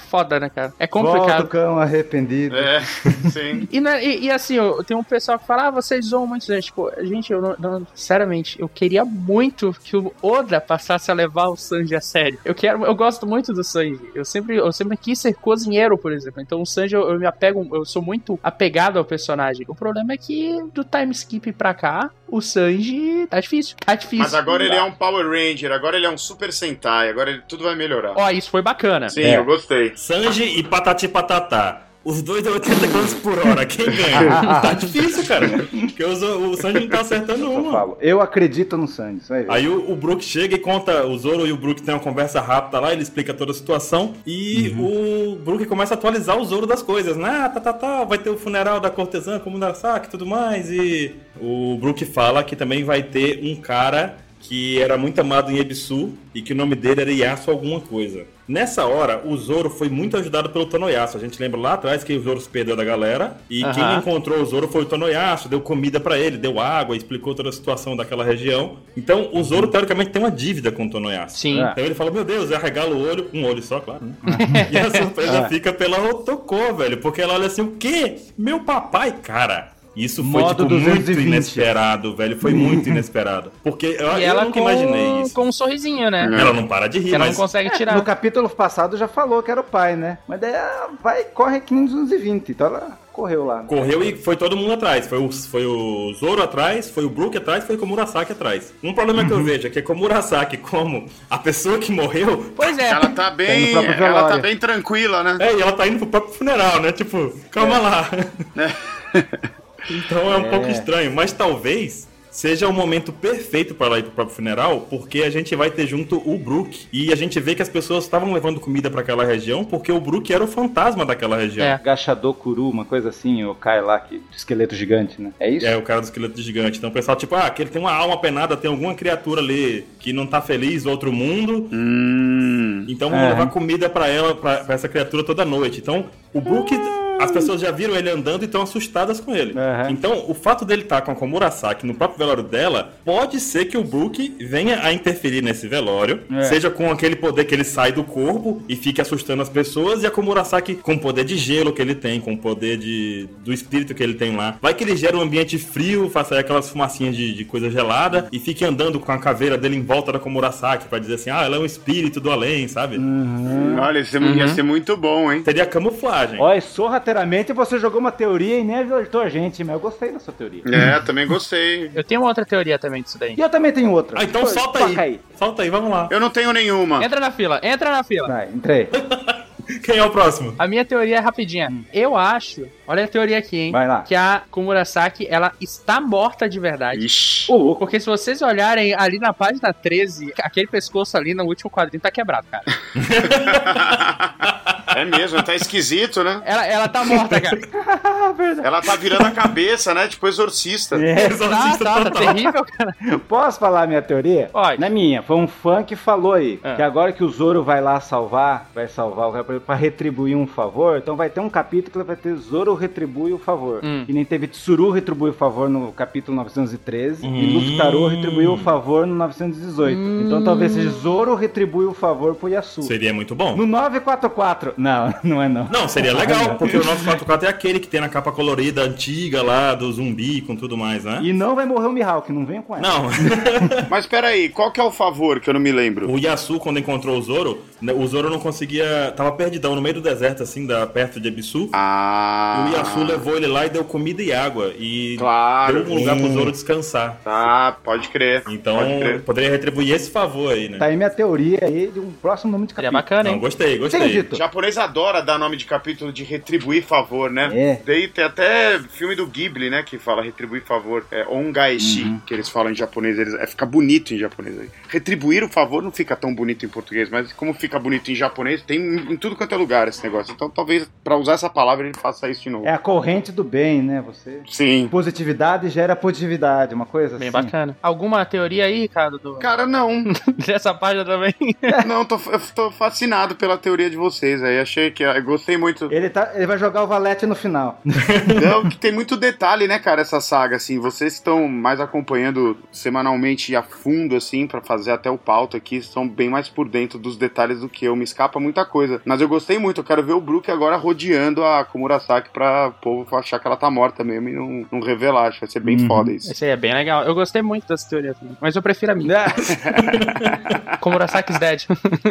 A: Foda, né, cara? É complicado.
C: Volta o cão arrependido.
D: é, sim.
A: E, né, e- e assim, ó, tem um pessoal que fala, ah, vocês zoam muito, gente. Tipo, gente, eu não, não- Sinceramente, eu queria muito que o Oda passasse a levar o Sanji a sério. Eu quero, eu gosto muito do Sanji. Eu sempre, eu sempre quis ser cozinheiro, por exemplo. Então o Sanji, eu, eu me apego, eu sou muito apegado ao personagem. O problema é que do time skip pra cá, o Sanji tá difícil. Tá difícil.
D: Mas agora ele
A: Não
D: é
A: dá.
D: um Power Ranger, agora ele é um Super Sentai, agora ele, tudo vai melhorar.
A: Ó, isso foi bacana.
D: Sim,
C: É.
D: eu gostei.
B: Sanji e Patati Patatá. Os dois dão 80 km por hora. Quem ganha? tá difícil, cara. Porque o, Zo- o Sanji não tá acertando
C: Eu
B: uma.
C: falo. Eu acredito no Sanji. Vai ver.
B: Aí o, o Brook chega e conta, o Zoro e o Brook tem uma conversa rápida lá, ele explica toda a situação e o Brook começa a atualizar o Zoro das coisas, né? Ah, tá, tá, tá, vai ter o funeral da cortesã, como da saque e tudo mais. E o Brook fala que também vai ter um cara que era muito amado em Ebisu e que o nome dele era Yasuo alguma coisa. Nessa hora, o Zoro foi muito ajudado pelo Tonoyasu. A gente lembra lá atrás que o Zoro se perdeu da galera. E
A: Aham.
B: quem encontrou o Zoro foi o Tonoyasu, deu comida pra ele, deu água, explicou toda a situação daquela região. Então, o Zoro, teoricamente, tem uma dívida com o Tonoyasu.
A: Sim.
C: É.
B: Então ele fala, meu Deus, arregala o olho, um olho só, claro, né? e a surpresa
C: É.
B: fica pela Otoko, velho, porque ela olha assim, o quê? Meu papai, cara. Isso foi
C: Modo
B: tipo, muito
C: 220.
B: inesperado, velho. Foi muito inesperado. Porque eu,
A: E
B: eu
A: ela
B: nunca
A: com,
B: imaginei isso.
A: com um sorrisinho, né?
B: Ela não para de rir,
A: Ela não
B: mas
A: consegue tirar.
C: No capítulo passado já falou que era o pai, né? Mas daí ela vai e corre 520. Então ela correu lá.
B: Correu e foi todo mundo atrás. Foi o, foi o Zoro atrás, foi o Brook atrás, foi o Komurasaki atrás. Um problema que eu vejo é que Komurasaki, como a pessoa que morreu,
A: Pois é.
D: Ela tá
C: Tem
D: bem.
C: no próprio
D: Ela tá
C: velório.
D: bem tranquila, né?
B: é, e ela tá indo pro próprio funeral, né? Tipo, calma lá. então é um
C: É.
B: pouco estranho, mas talvez seja o momento perfeito para ela ir pro próprio funeral, porque a gente vai ter junto o Brook. E a gente vê que as pessoas estavam levando comida para aquela região, porque o Brook era o fantasma daquela região.
A: É.
C: Gachador Kuru, uma coisa assim, o Kai lá, que esqueleto gigante, né? É isso?
B: É, o cara do esqueleto gigante. Então o pessoal, tipo, ah, que ele tem uma alma penada, tem alguma criatura ali que não tá feliz, outro mundo.
D: Hum.
B: Então vamos
C: É.
B: levar comida pra ela, pra, pra essa criatura toda noite. Então, o Brook, as pessoas já viram ele andando e estão assustadas com ele.
C: Aham.
B: Então, o fato dele estar com a Komurasaki no próprio velório dela, pode ser que o Brook venha a interferir nesse velório,
C: É.
B: seja com aquele poder que ele sai do corpo e fique assustando as pessoas, e a Komurasaki com o poder de gelo que ele tem, com o poder de, do espírito que ele tem lá. Vai que ele gera um ambiente frio, faça aí aquelas fumacinhas de, de coisa gelada, e fique andando com a caveira dele em volta da Komurasaki pra dizer assim, ah, ela é um espírito do além, sabe?
C: Hum.
D: Olha, isso
C: Uhum.
D: ia ser muito bom, hein?
B: Seria camuflagem.
C: Olha, sorrateiramente você jogou uma teoria e nem alertou a gente, mas eu gostei da sua teoria.
D: É, também gostei.
A: Eu tenho uma outra teoria também disso daí.
C: E eu também tenho outra.
B: Ah, então
C: Pô,
B: solta aí.
C: toca
B: Solta aí, vamos lá.
D: Eu não tenho nenhuma.
A: Entra na fila, entra na fila.
C: Vai, entrei.
B: Quem é o próximo?
A: A minha teoria é rapidinha. Eu acho, olha a teoria aqui, hein?
C: Vai lá.
A: Que a Komurasaki, ela está morta de verdade.
D: Ixi.
C: Ô, louco.
A: Porque se vocês olharem ali na página 13, aquele pescoço ali no último quadrinho tá quebrado, cara.
D: É mesmo, tá esquisito, né?
A: Ela, ela tá morta, cara.
C: Ah, verdade.
D: Ela tá virando a cabeça, né? Tipo exorcista.
B: É.
A: Tá,
C: Ah,
B: Exorcista
A: tá, tá
B: total.
A: terrível, cara.
C: Posso falar minha teoria?
A: Pode.
C: Não é minha, foi um fã que falou aí.
A: Ah.
C: Que agora que o Zoro vai lá salvar, vai salvar o rapaz pra retribuir um favor, então vai ter um capítulo que vai ter Zoro retribui o favor.
A: Hum.
C: Que nem teve Tsuru retribui o favor no capítulo 913 e
B: Hum.
C: Luftaru retribuiu o favor no 918.
A: Hum.
C: Então talvez seja Zoro retribui o favor pro Yasu.
B: Seria muito bom.
C: No 944. Não, não é não.
B: Não, seria legal, porque o 944 é aquele que tem na capa colorida antiga lá, do zumbi com tudo mais, né?
C: E não vai morrer o Mihawk, não venha com ela.
B: Não,
D: Mas peraí, qual que é o favor que eu não me lembro?
B: o Yasu, quando encontrou o Zoro, né, o Zoro não conseguia. Tava perdidão no meio do deserto, assim, da, perto de Ebisu.
D: Ah.
B: E o Yasu levou ele lá e deu comida e água. E
D: Claro.
B: deu um lugar pro
D: Hum.
B: Zoro descansar.
D: Ah, pode crer.
B: Então,
D: Pode crer.
B: poderia retribuir esse favor aí, né?
C: Tá aí minha teoria aí de um próximo nome de
A: Seria
C: capítulo.
A: é bacana,
B: Não,
A: hein?
B: gostei,
C: Tenho
B: gostei.
C: dito.
D: O japonês adora dar nome de capítulo de retribuir favor, né?
C: É.
D: Daí tem até filme do Ghibli, né? Que fala retribuir favor. É ongaeshi,
C: Uhum.
D: que eles falam em japonês. Eles, é, fica bonito em japonês. aí. Retribuir o favor não fica tão bonito em português, mas como fica bonito em japonês, tem em, em tudo quanto é lugar esse negócio. Então talvez pra usar essa palavra ele faça isso de novo.
C: É a corrente do bem, né? Você.
D: Sim.
C: Positividade gera positividade, uma coisa
A: Bem
C: assim.
A: bacana. Alguma teoria aí, cara, do...
D: Cara, não.
A: dessa página também?
D: Não, tô, eu tô fascinado pela teoria de vocês aí. Achei que. ah, Eu gostei muito.
C: Ele, tá, ele vai jogar o valete no final.
D: Não, que tem muito detalhe, né, cara, essa saga, assim. Vocês estão mais acompanhando semanalmente a fundo, assim, pra fazer até o pauta aqui. Estão bem mais por dentro dos detalhes do que eu. Me escapa muita coisa. Mas eu gostei muito. Eu quero ver o Brook agora rodeando a Kumurasaki pra o povo achar que ela tá morta mesmo e não, não revelar. Acho que vai ser bem
C: Uhum.
D: foda isso.
A: Esse aí é bem legal. Eu gostei muito dessa teoria também. Mas eu prefiro a minha. Como Urasaki's Dead.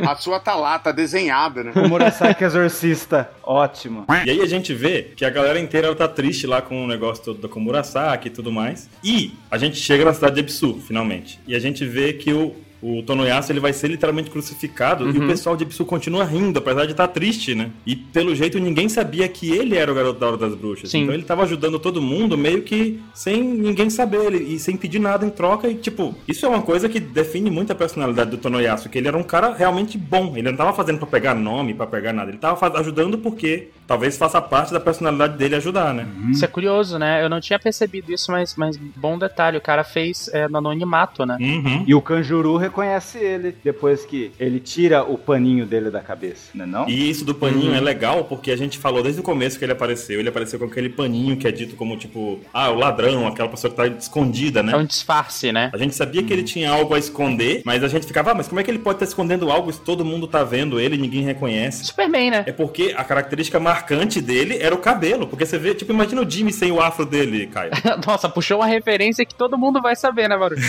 D: A sua tá lá, tá desenhada, né?
C: o Murasaki exorcista. Ótimo.
B: E aí a gente vê que a galera inteira ela tá triste lá com o negócio todo da Komurasaki e tudo mais. E a gente chega na cidade de Ebisu, finalmente. E a gente vê que o, o Tonoyasu ele vai ser literalmente crucificado e o pessoal de Ebisu continua rindo, apesar de estar triste, né? E pelo jeito ninguém sabia que ele era o garoto da Hora das Bruxas.
A: Sim.
B: Então ele tava ajudando todo mundo meio que sem ninguém saber ele- e sem pedir nada em troca. E tipo, isso é uma coisa que define muito a personalidade do Tonoyasu, que ele era um cara realmente bom. Ele não tava fazendo pra pegar nome, pra pegar nada. Ele tava faz- ajudando porque talvez faça parte da personalidade dele ajudar, né?
A: Isso é curioso, né? Eu não tinha percebido isso, mas, mas bom detalhe. O cara fez é, no anonimato, né?
B: Uhum.
C: E o Kanjuru reconhece ele depois que ele tira o paninho dele da cabeça, né não?
B: E isso do paninho é legal porque a gente falou desde o começo que ele apareceu. Ele apareceu com aquele paninho que é dito como tipo, ah, o ladrão, aquela pessoa que tá escondida, né?
A: É um disfarce, né?
B: A gente sabia que ele tinha algo a esconder, mas a gente ficava, ah, mas como é que ele pode estar escondendo algo se todo mundo tá vendo ele e ninguém reconhece?
A: Superman, né?
B: É porque a característica marcante dele era o cabelo. Porque você vê, tipo, imagina o Jimmy sem o afro dele, Caio.
A: Nossa, puxou uma referência que todo mundo vai saber, né, Barulho?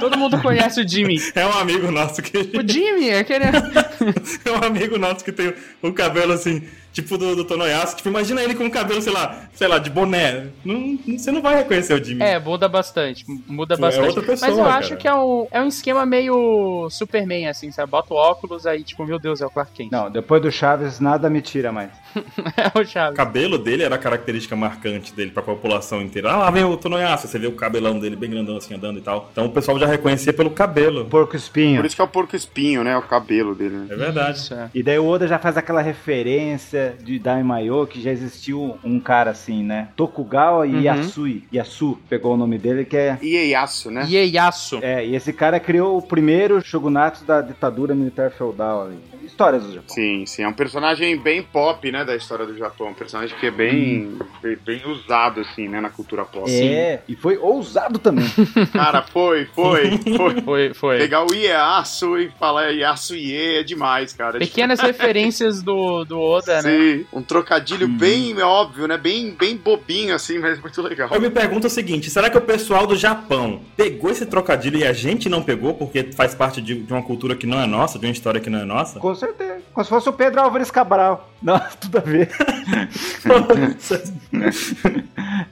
A: todo mundo conhece o Jimmy.
B: É um amigo nosso que.
A: O Jimmy, é aquele.
B: é um amigo nosso que tem o cabelo assim, tipo do, do Tonoyasu. Tipo, imagina ele com o cabelo, sei lá, sei lá, de boné. Não, não- você não vai reconhecer o Jimmy.
A: É, muda bastante. Muda
B: É
A: bastante.
B: outra pessoa,
A: Mas eu
B: cara.
A: acho que é um, é um esquema meio Superman, assim, sabe? Bota o óculos aí, tipo, meu Deus, é o Clark Kent.
C: Não, depois do Chaves nada me tira mais.
A: É o
B: O
A: Chaves.
B: cabelo dele era a característica marcante dele pra população inteira. Ah, lá vem o Tonoyasu, você vê o cabelão dele bem grandão assim andando e tal. Então o pessoal já reconhecia pelo cabelo.
C: Porco espinho.
D: Por isso que é o porco espinho, né? O cabelo dele, né?
B: É verdade.
A: Isso, é.
C: E daí o Oda já faz aquela referência de Daimyo, que já existiu um cara assim, né? Tokugawa
A: Uhum.
C: Yasui. Yasu pegou o nome dele, que é
D: Ieyasu, né?
A: Ieyasu.
C: É, e esse cara criou o primeiro shogunato da ditadura militar feudal ali. Histórias do Japão.
D: Sim, sim, é um personagem bem pop, né, da história do Japão, um personagem que é bem, bem, bem usado, assim, né, na cultura pop.
C: É, e foi ousado também.
D: Cara, foi, foi, foi.
A: Foi, foi.
D: Pegar o Ieyasu e falar Ieyasu Ie é demais, cara.
A: Pequenas referências do, do Oda, né?
D: Sim, um trocadilho
C: Uhum.
D: bem óbvio, né, bem, bem bobinho, assim, mas muito legal.
B: Eu me pergunto o seguinte: será que o pessoal do Japão pegou esse trocadilho e a gente não pegou porque faz parte de, de uma cultura que não é nossa, de uma história que não é nossa?
C: Com certeza. Como se fosse o Pedro Álvares Cabral. Nossa, tudo a ver.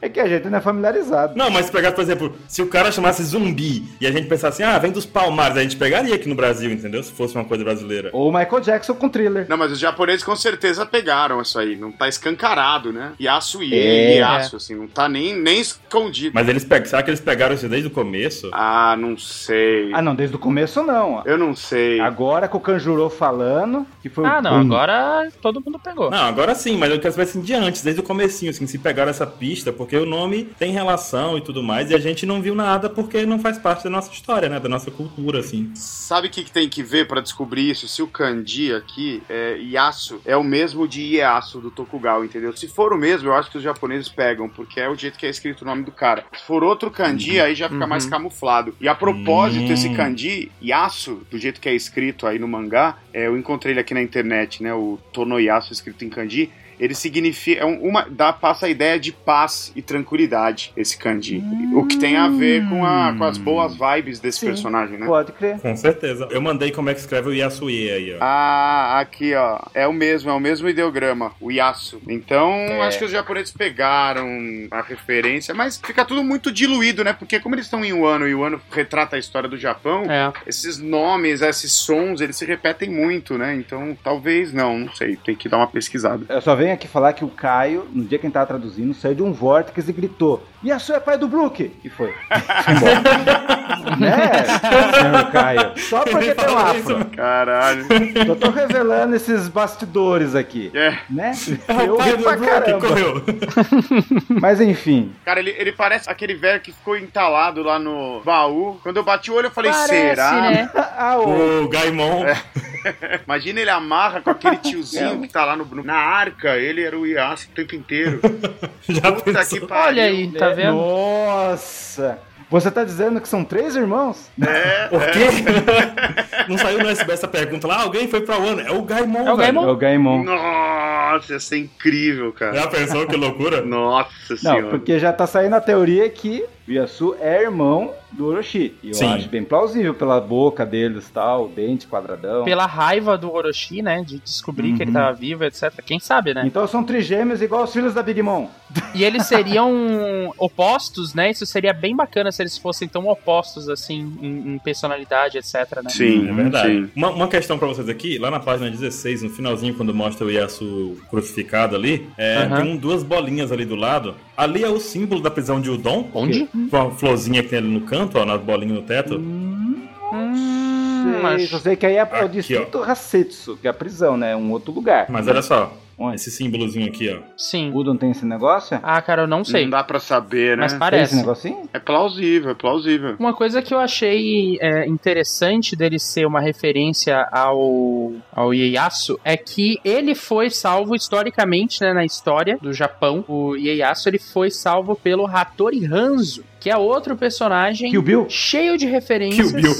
C: É que a gente não é familiarizado.
B: Não, mas se pegar, por exemplo, se o cara chamasse zumbi e a gente pensasse, ah, vem dos palmares, a gente pegaria aqui no Brasil, entendeu? Se fosse uma coisa brasileira.
C: Ou o Michael Jackson com thriller.
D: Não, mas os japoneses com certeza pegaram isso aí. Não tá escancarado, né? Yasu e
C: É.
D: Yasu, assim, não tá nem, nem escondido.
B: Mas eles pegam. Será que eles pegaram isso desde o começo?
D: Ah, não sei.
C: Ah, não, desde o começo não, ó.
D: Eu não sei.
C: Agora com o Kanjuro falando, que foi
A: Ah,
C: o
A: não, agora todo mundo pegou.
B: Não, agora sim, mas eu quero saber assim de antes, desde o comecinho, assim, se pegaram essa pista, porque o nome tem relação e tudo mais, e a gente não viu nada porque não faz parte da nossa história, né? Da nossa cultura, assim.
D: Sabe o que, que tem que ver pra descobrir isso? Se o kanji aqui, é, Yasu, é o mesmo de Ieyasu do Tokugawa, entendeu? Se for o mesmo, eu acho que os japoneses pegam, porque é o jeito que é escrito o nome do cara. Se for outro kanji, aí já fica
A: Uhum.
D: mais camuflado. E a propósito,
B: Hum.
D: esse kanji, Yasu, do jeito que é escrito aí no mangá, é, eu encontrei ele aqui na internet, né? O Tonoyasu escrito em kanji. Ele significa. É um- uma, dá, passa a ideia de paz e tranquilidade, esse kanji. O que tem a ver com, a- com as boas vibes desse
C: Sim.
D: personagem, né?
C: Pode crer.
B: Com certeza. Eu mandei como é que escreve o Yasui aí, ó.
D: Ah, aqui ó, é o mesmo, é o mesmo ideograma, o Yasu. Então, acho que os japoneses pegaram a referência, mas fica tudo muito diluído, né? Porque como eles estão em um ano e o ano retrata a história do Japão,
A: É.
D: esses nomes, esses sons, eles se repetem muito, né? Então, talvez não, não sei, tem que dar uma pesquisada.
C: Eu só venho aqui falar que o Caio, no dia que ele tava traduzindo, saiu de um vórtice e gritou: E a sua é pai do Brook? E foi. Foi embora. né? senhor Caio. Só porque
B: Ele
C: tem um
B: falou isso,
C: afro.
D: Caralho.
C: Só tô revelando esses bastidores aqui.
D: É.
C: Né?
B: Ah,
C: Eu
B: o pai
C: ri
B: do
C: pra
B: Brook
C: caramba.
B: correu.
C: Mas enfim.
D: Cara, ele, ele parece aquele velho que ficou entalado lá no baú. Quando eu bati o olho, eu falei, será?
C: Ah, ô.
B: O Gaimon.
C: É.
D: Imagina ele amarra com aquele tiozinho que tá lá no, no- na arca, ele era o Iaço o tempo inteiro.
B: Já
D: Puta
B: pensou?
D: que pariu. né?
A: Olha aí, tá vendo?
C: Nossa! Você tá dizendo que são três irmãos?
B: O
C: é.
B: quê? não saiu no SBS essa pergunta lá, alguém foi pra Wano. É o Gaimon,
A: É o
B: velho.
A: Gaimon.
C: É o Gaimon.
D: Nossa, ia ser incrível, cara.
B: Já pensou que loucura?
D: Nossa
C: Não,
D: senhora.
C: porque já tá saindo a teoria que o Yasu é irmão do Orochi. E eu
B: Sim.
C: acho bem plausível pela boca deles e tal, o dente quadradão.
A: Pela raiva do Orochi, né? De descobrir que ele
C: Uhum.
A: tava vivo, etc. Quem sabe, né?
C: Então são trigêmeos igual os filhos da Big Mom.
A: E eles seriam opostos, né? Isso seria bem bacana se eles fossem tão opostos, assim, em, em personalidade, etc, né?
D: Sim,
B: É verdade.
D: sim.
B: Uma, uma questão pra vocês aqui, lá na página 16, no finalzinho, quando mostra o Yasu crucificado ali, é,
A: Aham.
B: tem um- duas bolinhas ali do lado. Ali é o símbolo da prisão de Udon,
A: Onde?
B: com a florzinha que tem ali no canto, ó, na bolinha no teto.
A: Hum,
C: Sei,
A: acho-
C: só sei que aí é o
B: Aqui,
C: distrito Hasetsu, que é a prisão, né? Um outro lugar.
B: Mas olha só,
C: Onde?
B: esse símbolozinho aqui, ó.
A: Sim.
C: O Udon tem esse negócio?
A: Ah, cara, eu não sei.
D: Não dá pra saber, né?
A: mas
C: Tem esse
A: parece.
C: negocinho?
D: É plausível, é plausível.
A: Uma coisa que eu achei é, interessante dele ser uma referência ao, ao Ieyasu é que ele foi salvo historicamente, né, na história do Japão. O Ieyasu, ele foi salvo pelo Hattori Hanzo, que é outro personagem
C: Kill Bill?
A: cheio de referências.
B: Kill Bill.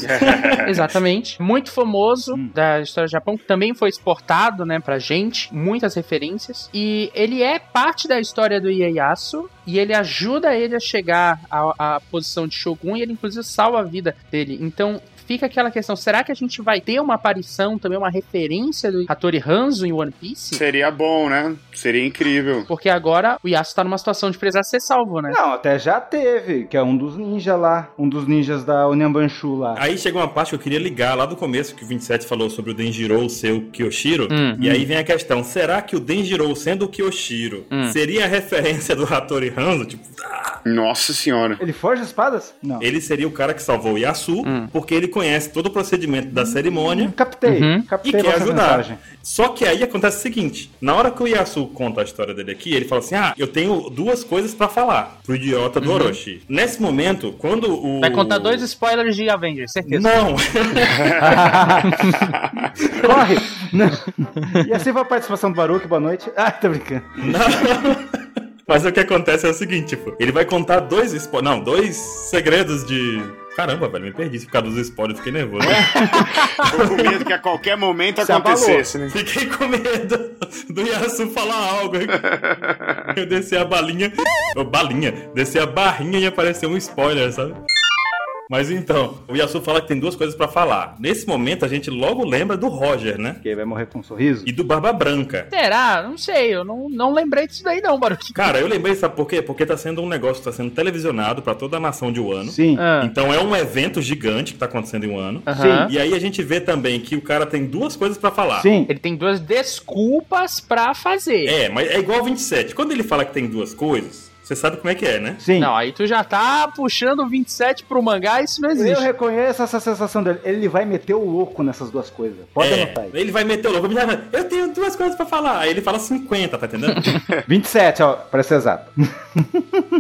A: Exatamente. Muito famoso
C: Hum.
A: da história do Japão, que também foi exportado, né, pra gente. Muitas referências. E ele é parte da história do Ieyasu. E ele ajuda ele a chegar à, à posição de Shogun. E ele, inclusive, salva a vida dele. Então. Fica aquela questão, será que a gente vai ter uma aparição também, uma referência do Hattori Hanzo em One Piece?
D: Seria bom, né? Seria incrível.
A: Porque agora o Yasuo tá numa situação de precisar ser salvo, né?
C: Não, até já teve, que é um dos ninjas lá. Um dos ninjas da Onyanbanshu lá.
B: Aí chega uma parte que eu queria ligar lá do começo, que o 27 falou sobre o Denjiro ser o Kyoshiro.
A: Hum.
B: E aí vem a questão, será que o Denjiro sendo o Kyoshiro
A: Hum.
B: seria a referência do Hattori Hanzo? Tipo,
D: Nossa senhora.
C: Ele forja espadas? Não.
B: Ele seria o cara que salvou o Yasu,
A: Hum.
B: porque ele conhece todo o procedimento da cerimônia.
C: Captei,
A: Uhum.
C: captei
B: E quer
C: vossa
B: ajudar.
C: mensagem.
B: Só que aí acontece o seguinte: na hora que o Yasu conta a história dele aqui, ele fala assim: Ah, eu tenho duas coisas pra falar pro idiota do Orochi. Nesse momento, quando o.
A: Uhum. Vai contar dois spoilers de Avengers, certeza.
B: Não!
C: Corre! Não. E assim foi a participação do Baruque, boa noite. Ah, tô brincando.
B: Não. Mas o que acontece é o seguinte, tipo, ele vai contar dois spo- Não, dois segredos de. Caramba, velho, me perdi por causa dos spoilers, fiquei nervoso.
A: Tá.
D: Tô com medo que a qualquer momento
A: é
C: Se
D: acontecesse, né?
B: fiquei com medo do Yasu falar algo. Eu desci a balinha. Ô, balinha, desci a barrinha e apareceu um spoiler, sabe? Mas então, o Yasu fala que tem duas coisas pra falar. Nesse momento, a gente logo lembra do Roger, né?
C: Porque vai morrer com um sorriso.
B: E do Barba Branca.
A: Será? Não sei, eu não, não lembrei disso daí não, Baruque.
B: Cara, eu lembrei, sabe por quê? Porque tá sendo um negócio que tá sendo televisionado pra toda a nação de Wano.
C: Sim.
A: Ah,
B: Então é um evento gigante que tá acontecendo em Wano.
A: aham.
B: E aí a gente vê também que o cara tem duas coisas pra falar.
C: Sim.
A: Ele tem duas desculpas pra fazer.
B: É, mas é igual ao 27. Quando ele fala que tem duas coisas, você sabe como é que é, né?
C: Sim.
A: Não, aí tu já tá puxando o 27 pro mangá, isso não
C: Eu
A: existe.
C: reconheço essa sensação dele. Ele vai meter o louco nessas duas coisas. Pode
B: é,
C: anotar aí.
B: Ele vai meter o louco. ele vai falar, Eu tenho duas coisas pra falar. Aí ele fala 50, tá entendendo?
C: 27, ó, pra ser exato.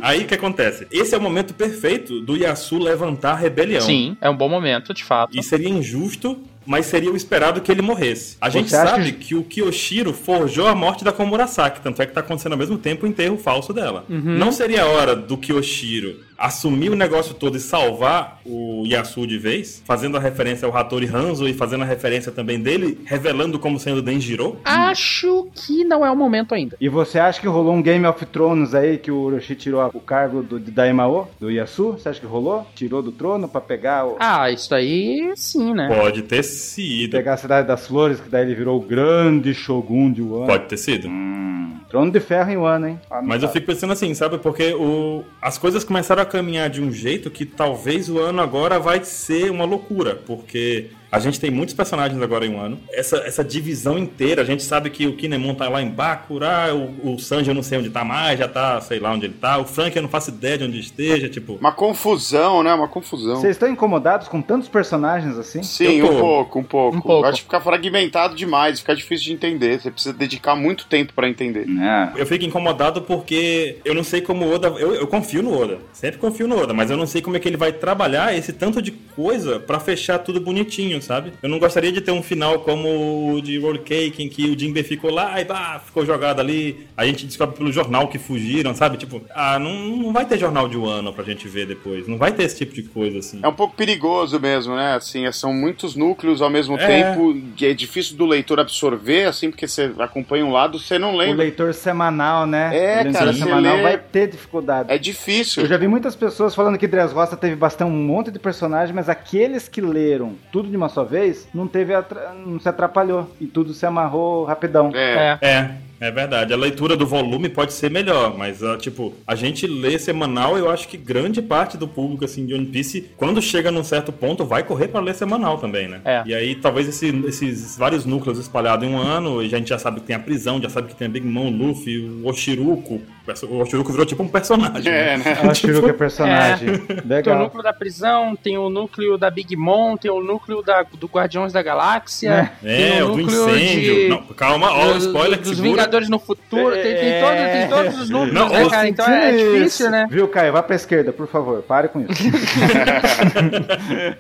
B: aí o que acontece? Esse é o momento perfeito do Yasu levantar a rebelião.
A: Sim, é um bom momento, de fato.
B: E seria injusto, mas seria o esperado que ele morresse. A gente
C: Você acha
B: sabe que o Kiyoshiro forjou a morte da Komurasaki, tanto é que tá acontecendo ao mesmo tempo o enterro falso dela.
C: Uhum.
B: Não seria a hora do Kiyoshiro assumir o negócio todo e salvar o Yasu de vez, fazendo a referência ao Hattori Hanzo e fazendo a referência também dele, revelando como sendo Denjiro?
A: Acho que não é o momento ainda.
C: E você acha que rolou um Game of Thrones aí que o Orochi tirou o cargo do, da Emao, do Yasu? Você acha que rolou? Tirou do trono pra pegar, o,
A: Ah, isso aí sim, né?
B: Pode ter sido.
C: É. pegar a Cidade das Flores, que daí ele virou o grande Shogun de Wano.
B: Pode ter sido.
C: Hum, trono de ferro em Wano, hein? Ah, não
B: Mas eu
C: tá.
B: fico pensando assim, sabe? Porque o... as coisas começaram a caminhar de um jeito que talvez o ano agora vai ser uma loucura, porque a gente tem muitos personagens agora em um ano. Essa, essa divisão inteira, a gente sabe que o Kinemon tá lá em Bakura, o, o Sanji eu não sei onde tá mais, já tá, sei lá onde ele tá, o Frank eu não faço ideia de onde esteja, tipo...
D: Uma confusão, né? Uma confusão.
C: Vocês estão incomodados com tantos personagens assim?
D: Sim,
B: Eu tô.
D: um pouco, um pouco.
A: Um pouco.
D: Eu acho que fica fragmentado demais, fica difícil de entender. Você precisa dedicar muito tempo pra entender.
C: É.
B: Eu fico incomodado porque eu não sei como o Oda. Eu, eu confio no Oda. Sempre confio no Oda, mas eu não sei como é que ele vai trabalhar esse tanto de coisa pra fechar tudo bonitinho, sabe? Eu não gostaria de ter um final como o de Roll Cake, em que o Jinbe ficou lá e bah, ficou jogado ali. A gente descobre pelo jornal que fugiram, sabe? Tipo, ah, não, não vai ter jornal de um ano pra gente ver depois. Não vai ter esse tipo de coisa assim.
D: É um pouco perigoso mesmo, né? Assim, são muitos núcleos ao mesmo
B: É.
D: tempo, que é difícil do leitor absorver, assim, porque você acompanha um lado, você não
C: O
D: lembra.
C: leitor semanal, né?
D: É,
C: o leitor
D: cara, você
C: semanal
D: lê-
C: vai ter dificuldade.
D: É difícil.
C: Eu já vi muitas pessoas falando que Dress Roça teve bastante um monte de personagens, mas aqueles que leram tudo de uma só vez não teve atra- não se atrapalhou e tudo se amarrou rapidão.
D: É.
A: É.
B: É, é verdade. A leitura do volume pode ser melhor, mas, ah, tipo, a gente lê semanal, eu acho que grande parte do público, assim, de One Piece, quando chega num certo ponto, vai correr pra ler semanal também, né?
A: É.
B: E aí, talvez esse- esses vários núcleos espalhados em um ano, e a gente já sabe que tem a prisão, já sabe que tem a Big Mom, o Luffy, o Oshiruko. O Oshiruko virou, tipo, um personagem, né?
D: É, né?
C: Ela tirou que é personagem.
A: Tem o
C: Legal.
A: núcleo da prisão, tem o núcleo da Big Mom, tem o núcleo da, do Guardiões da Galáxia.
B: É,
A: tem um
B: o do incêndio.
A: de-
B: Não, calma, ó, o
A: dos-
B: spoiler que
A: dos
B: segura.
A: Vingadores no futuro, tem, tem, todo- tem todos os núcleos,
B: Não,
A: né,
B: eu
A: cara? Então é, é
C: Sentindo
A: difícil,
C: isso.
A: né?
C: Viu, Caio? Vá pra esquerda, por favor. Pare com isso.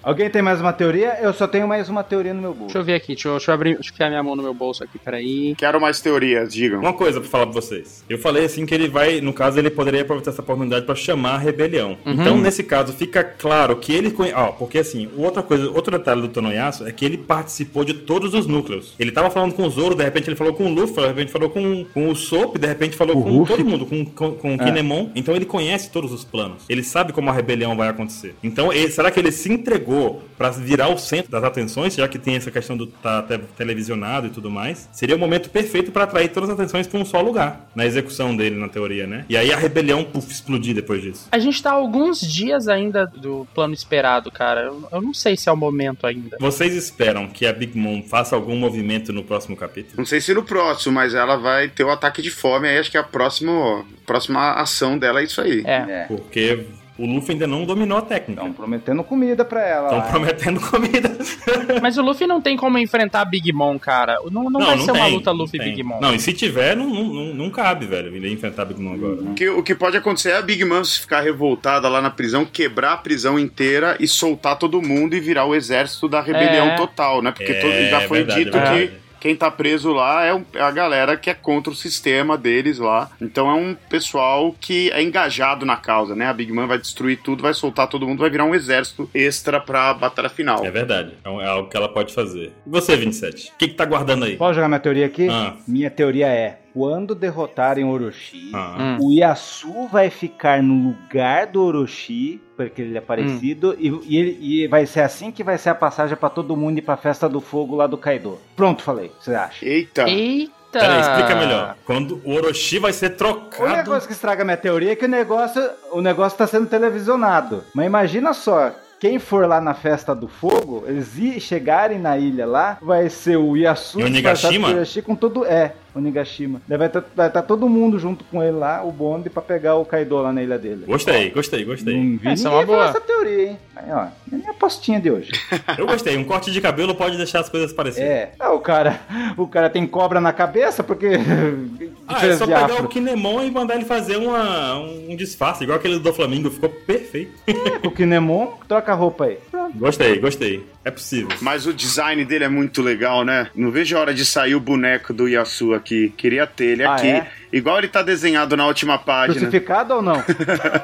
C: Alguém tem mais uma teoria? Eu só tenho mais uma teoria no meu
A: Deixa
C: bolso.
A: eu ver aqui, deixa eu, deixa eu abrir, deixa eu enfiar minha mão no meu bolso aqui, peraí.
D: Quero mais teorias, digam.
B: Uma coisa pra falar pra vocês. Eu falei assim que ele vai, no caso, ele poderia aproveitar essa oportunidade pra chamar a rebelião. Então, nesse caso, fica claro que ele. conhe- Ó, porque assim, outra coisa, outro detalhe do Tonoyasu é que ele participou de todos os núcleos. Ele tava falando com o Zoro, de repente ele falou com o Luffy, de repente falou com, com o Soap, de repente falou
C: O
B: com
C: Ruffy.
B: todo mundo, com, com, com o Kinemon. Então ele conhece todos os planos. Ele sabe como a rebelião vai acontecer. Então, ele- será que ele se entregou pra virar o centro das atenções, já que tem essa questão do tá te- televisionado e tudo mais? Seria o momento perfeito pra atrair todas as atenções pra um só lugar, na execução dele, na teoria, né? E aí a rebelião puf, explodir depois disso.
A: A gente tá há alguns dias ainda do plano esperado, cara. Eu, eu não sei se é o momento ainda.
B: Vocês esperam que a Big Mom faça algum movimento no próximo capítulo?
D: Não sei se no próximo, mas ela vai ter o ataque de fome. Aí acho que é a próxima, próxima ação dela é isso aí.
A: É.
C: É.
B: Porque o Luffy ainda não dominou a técnica.
C: Estão prometendo comida pra ela.
B: Estão
C: lá.
B: prometendo comida.
A: Mas o Luffy não tem como enfrentar a Big Mom, cara. Não, não, vai ser uma
B: tem,
A: luta
B: não
A: Luffy e
B: tem.
A: Big Mom.
B: Não, e se tiver, não, não, não- não cabe, velho. Ele enfrentar a Big Mom agora.
D: O que, o que pode acontecer é a Big Mom se ficar revoltada lá na prisão, quebrar a prisão inteira e soltar todo mundo e virar o exército da rebelião
A: É.
D: total, né? Porque
B: É,
D: todo- já foi
B: verdade,
D: dito
B: é
D: que
B: verdade.
D: quem tá preso lá é, um- é a galera que é contra o sistema deles lá. Então é um pessoal que é engajado na causa, né? A Big Mom vai destruir tudo, vai soltar todo mundo, vai virar um exército extra pra batalha final.
B: É verdade. É um- É algo que ela pode fazer. E você, 27? O que, que tá guardando aí?
C: Posso jogar minha teoria aqui?
B: Ah.
C: Minha teoria é: quando derrotarem Orochi,
B: Ah.
A: Hum.
C: o Yasu vai ficar no lugar do Orochi, porque ele é parecido,
B: Hum.
C: e, e ele- e vai ser assim que vai ser a passagem pra todo mundo ir pra festa do fogo lá do Kaido. Pronto, falei. O que você acha?
D: Eita.
A: Eita!
B: Peraí, explica melhor. Quando o Orochi vai ser
C: O
B: trocado.
C: negócio que estraga minha teoria é que o negócio, o negócio tá sendo televisionado. Mas imagina só, quem for lá na festa do fogo, eles i- chegarem na ilha lá, vai ser o Yasu
B: E o
C: disfarçado
B: Nigashima?
C: com o Yashi com todo. É, o Nigashima. Daí Vai estar todo mundo junto com ele lá, o bonde, pra pegar o Kaido lá na ilha dele.
B: Gostei, gostei, gostei.
D: Hum.
C: Não vi
A: Essa é
C: ninguém
A: uma boa.
C: falar essa teoria, hein? Aí, ó, é minha apostinha de hoje.
B: Eu gostei. Um corte de cabelo pode deixar as coisas parecidas.
C: é. Ah, o cara, o cara tem cobra na cabeça porque.
B: Ah, é
C: diferença
B: só
C: de
B: pegar
C: afro.
B: o Kinemon e mandar ele fazer uma, um disfarce, igual aquele do Flamengo, ficou perfeito.
C: o Kinemon, troca a roupa aí.
B: Gostei, gostei. É possível.
D: Mas o design dele é muito legal, né? Não vejo a hora de sair o boneco do Yasu aqui. Queria ter ele
C: Ah,
D: aqui.
C: é?
D: Igual ele tá desenhado na última página.
C: Crucificado ou não?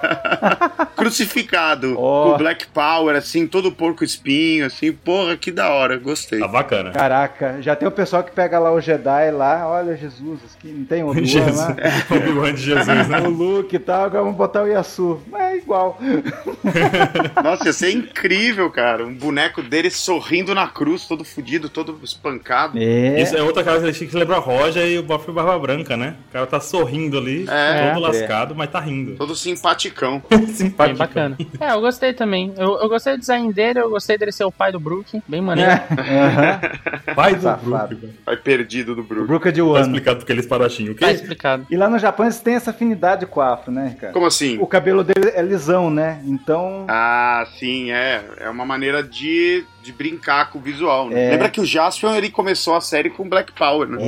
D: Crucificado.
C: Ó.
D: Com Black Power, assim, todo porco espinho, assim. Porra, que da hora. Gostei.
B: Tá bacana.
C: Caraca, já tem o pessoal que pega lá o Jedi lá, olha Jesus, aqui não tem outro
B: Jesus.
C: lá.
B: Obi-Wan de Jesus, né?
C: O Luke e tal, agora vamos botar o Yasu. Mas é igual.
D: Nossa, ia ser incrível, cara. Um boneco dele sorrindo na cruz, todo fudido, todo espancado.
C: É.
B: Isso é outra característica que lembra a Roja e o Bob Barba Branca, né? O cara tá sorrindo ali,
D: É.
B: todo
C: É.
B: lascado, mas tá rindo.
D: Todo simpaticão.
A: Bem
B: Simpático.
A: bacana. É, eu gostei também. Eu, eu gostei do design dele, eu gostei dele ser o pai do Brook. Bem maneiro.
B: É.
C: Aham.
B: Pai do
C: Safado.
B: Brook, velho.
D: Vai perdido do
C: O
D: Brook.
C: Brook é de
B: Tá
C: Wano.
B: explicado porque ele espadachinho,
A: Tá
B: ok?
A: explicado.
C: E lá no Japão eles têm essa afinidade com o afro, né, cara?
D: Como assim?
C: O cabelo dele é lisão, né? Então.
D: Ah, sim, é. É uma maneira de, de brincar com o visual, né?
C: É.
D: Lembra que o Jaspion, ele começou a série com Black Power, né?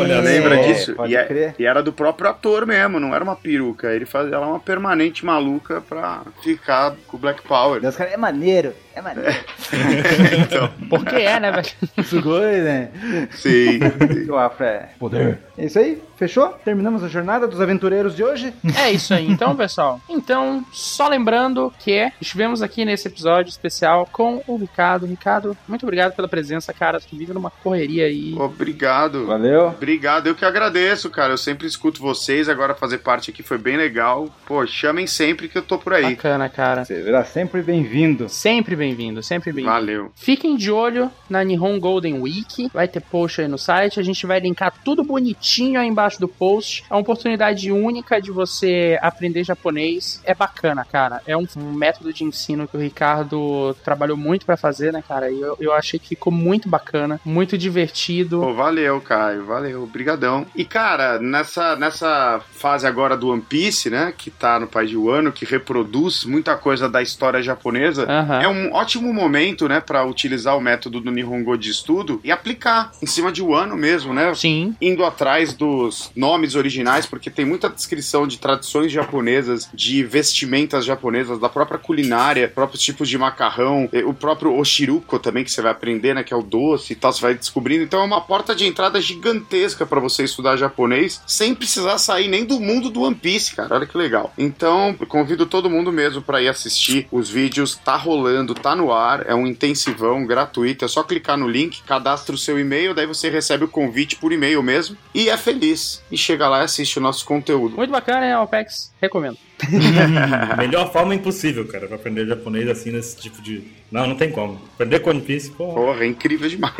B: Olha,
C: É,
D: Lembra disso?
C: Pode
D: E, é-
C: crer.
D: e era do próprio ator mesmo, não era uma peruca. Ele fazia lá uma permanente maluca pra ficar com o Black Power. Então,
C: Deus, cara, é maneiro, é maneiro.
A: Porque é, né, velho?
C: Sugoi, né?
D: Sim.
C: Que O afro é poder. É isso aí, fechou? Terminamos a jornada dos aventureiros de hoje?
A: É isso aí, então, pessoal. Então, só lembrando que estivemos aqui nesse episódio especial com o Ricardo. Ricardo, muito obrigado pela presença, cara. Tu vive numa correria aí.
D: Obrigado.
C: Valeu.
D: Obrigado, eu que agradeço, cara. Eu sempre escuto vocês, agora fazer parte aqui foi bem legal. Pô, chamem sempre que eu tô por aí.
A: Bacana, cara.
C: Você será sempre bem-vindo.
A: Sempre bem-vindo, sempre bem-vindo.
D: Valeu.
A: Fiquem de olho na Nihon Golden Week. Vai ter post aí no site. A gente vai linkar tudo bonitinho aí embaixo do post. É uma oportunidade única de você aprender japonês. É bacana, cara. É um, um método de ensino que o Ricardo trabalhou muito pra fazer, né, cara? E eu, eu achei que ficou muito bacana, muito divertido.
D: Pô, valeu, Caio. Valeu, obrigadão. E, cara, nessa, nessa fase agora do One Piece, né? Que tá no País de Wano, que reproduz muita coisa da história japonesa.
A: Aham.
D: É um ótimo momento, né, para utilizar o método do Nihongo de estudo e aplicar em cima de Wano mesmo, né?
A: Sim.
D: Indo atrás dos nomes originais, porque tem muita descrição de tradições japonesas, de vestimentas japonesas, da própria culinária, próprios tipos de macarrão, eh, o próprio oshiruko também, que você vai aprender, né, que é o doce e tal, você vai descobrindo. Então é uma porta de entrada gigantesca para você estudar japonês sem precisar sair nem do mundo do One Piece, cara. Olha que legal. Então, eu convido todo mundo mesmo para ir assistir os vídeos. Tá rolando, tá no ar. É um intensivão gratuito. É só clicar no link, cadastra o seu e-mail, daí você recebe o convite por e-mail mesmo. E é feliz. E chega lá e assiste o nosso conteúdo.
A: Muito bacana, né, Alpex? Recomendo.
B: Melhor forma é impossível, cara, pra aprender japonês assim nesse tipo de. Não, não tem como. Aprender com One Piece, pô.
D: Porra, é incrível demais.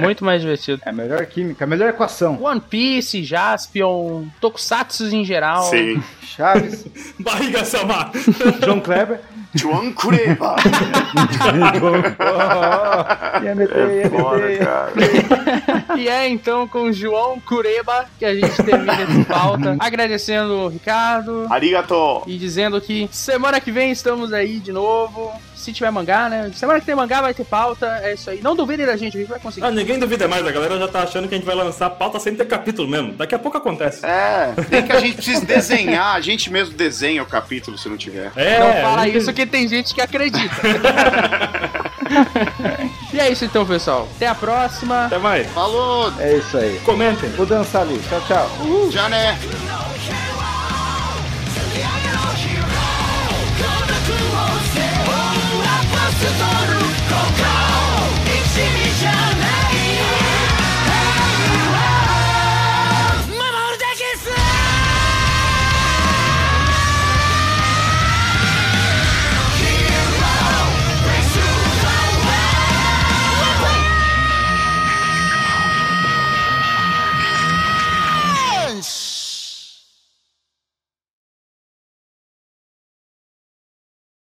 A: Muito mais divertido.
C: É a melhor química, a melhor equação.
A: One Piece, Jaspion, Tokusatsu em geral.
D: Sim.
C: Chaves,
B: Barriga Samar!
C: João Kleber.
D: João Kureva.
C: Oh, ia meter, ia meter.
D: cara.
A: E é então com João Cureba que a gente termina essa pauta. Agradecendo o Ricardo
D: Arigato.
A: e dizendo que semana que vem estamos aí de novo. Se tiver mangá, né? Semana que tem mangá vai ter pauta, é isso aí. Não duvidem da gente, a gente vai conseguir.
B: Ah, ninguém duvida mais, a galera já tá achando que a gente vai lançar pauta sem ter capítulo mesmo. Daqui a pouco acontece.
D: É, nem que a gente precise desenhar, a gente mesmo desenha o capítulo se não tiver.
B: É,
A: Não fala
B: ninguém-
A: isso que tem gente que acredita. e é isso então, pessoal. Até a próxima.
B: Até mais.
D: Falou,
C: É isso aí.
B: Comentem.
C: Vou dançar ali. Tchau, tchau.
D: já né?
E: Gonna do all, say, oh, I must have done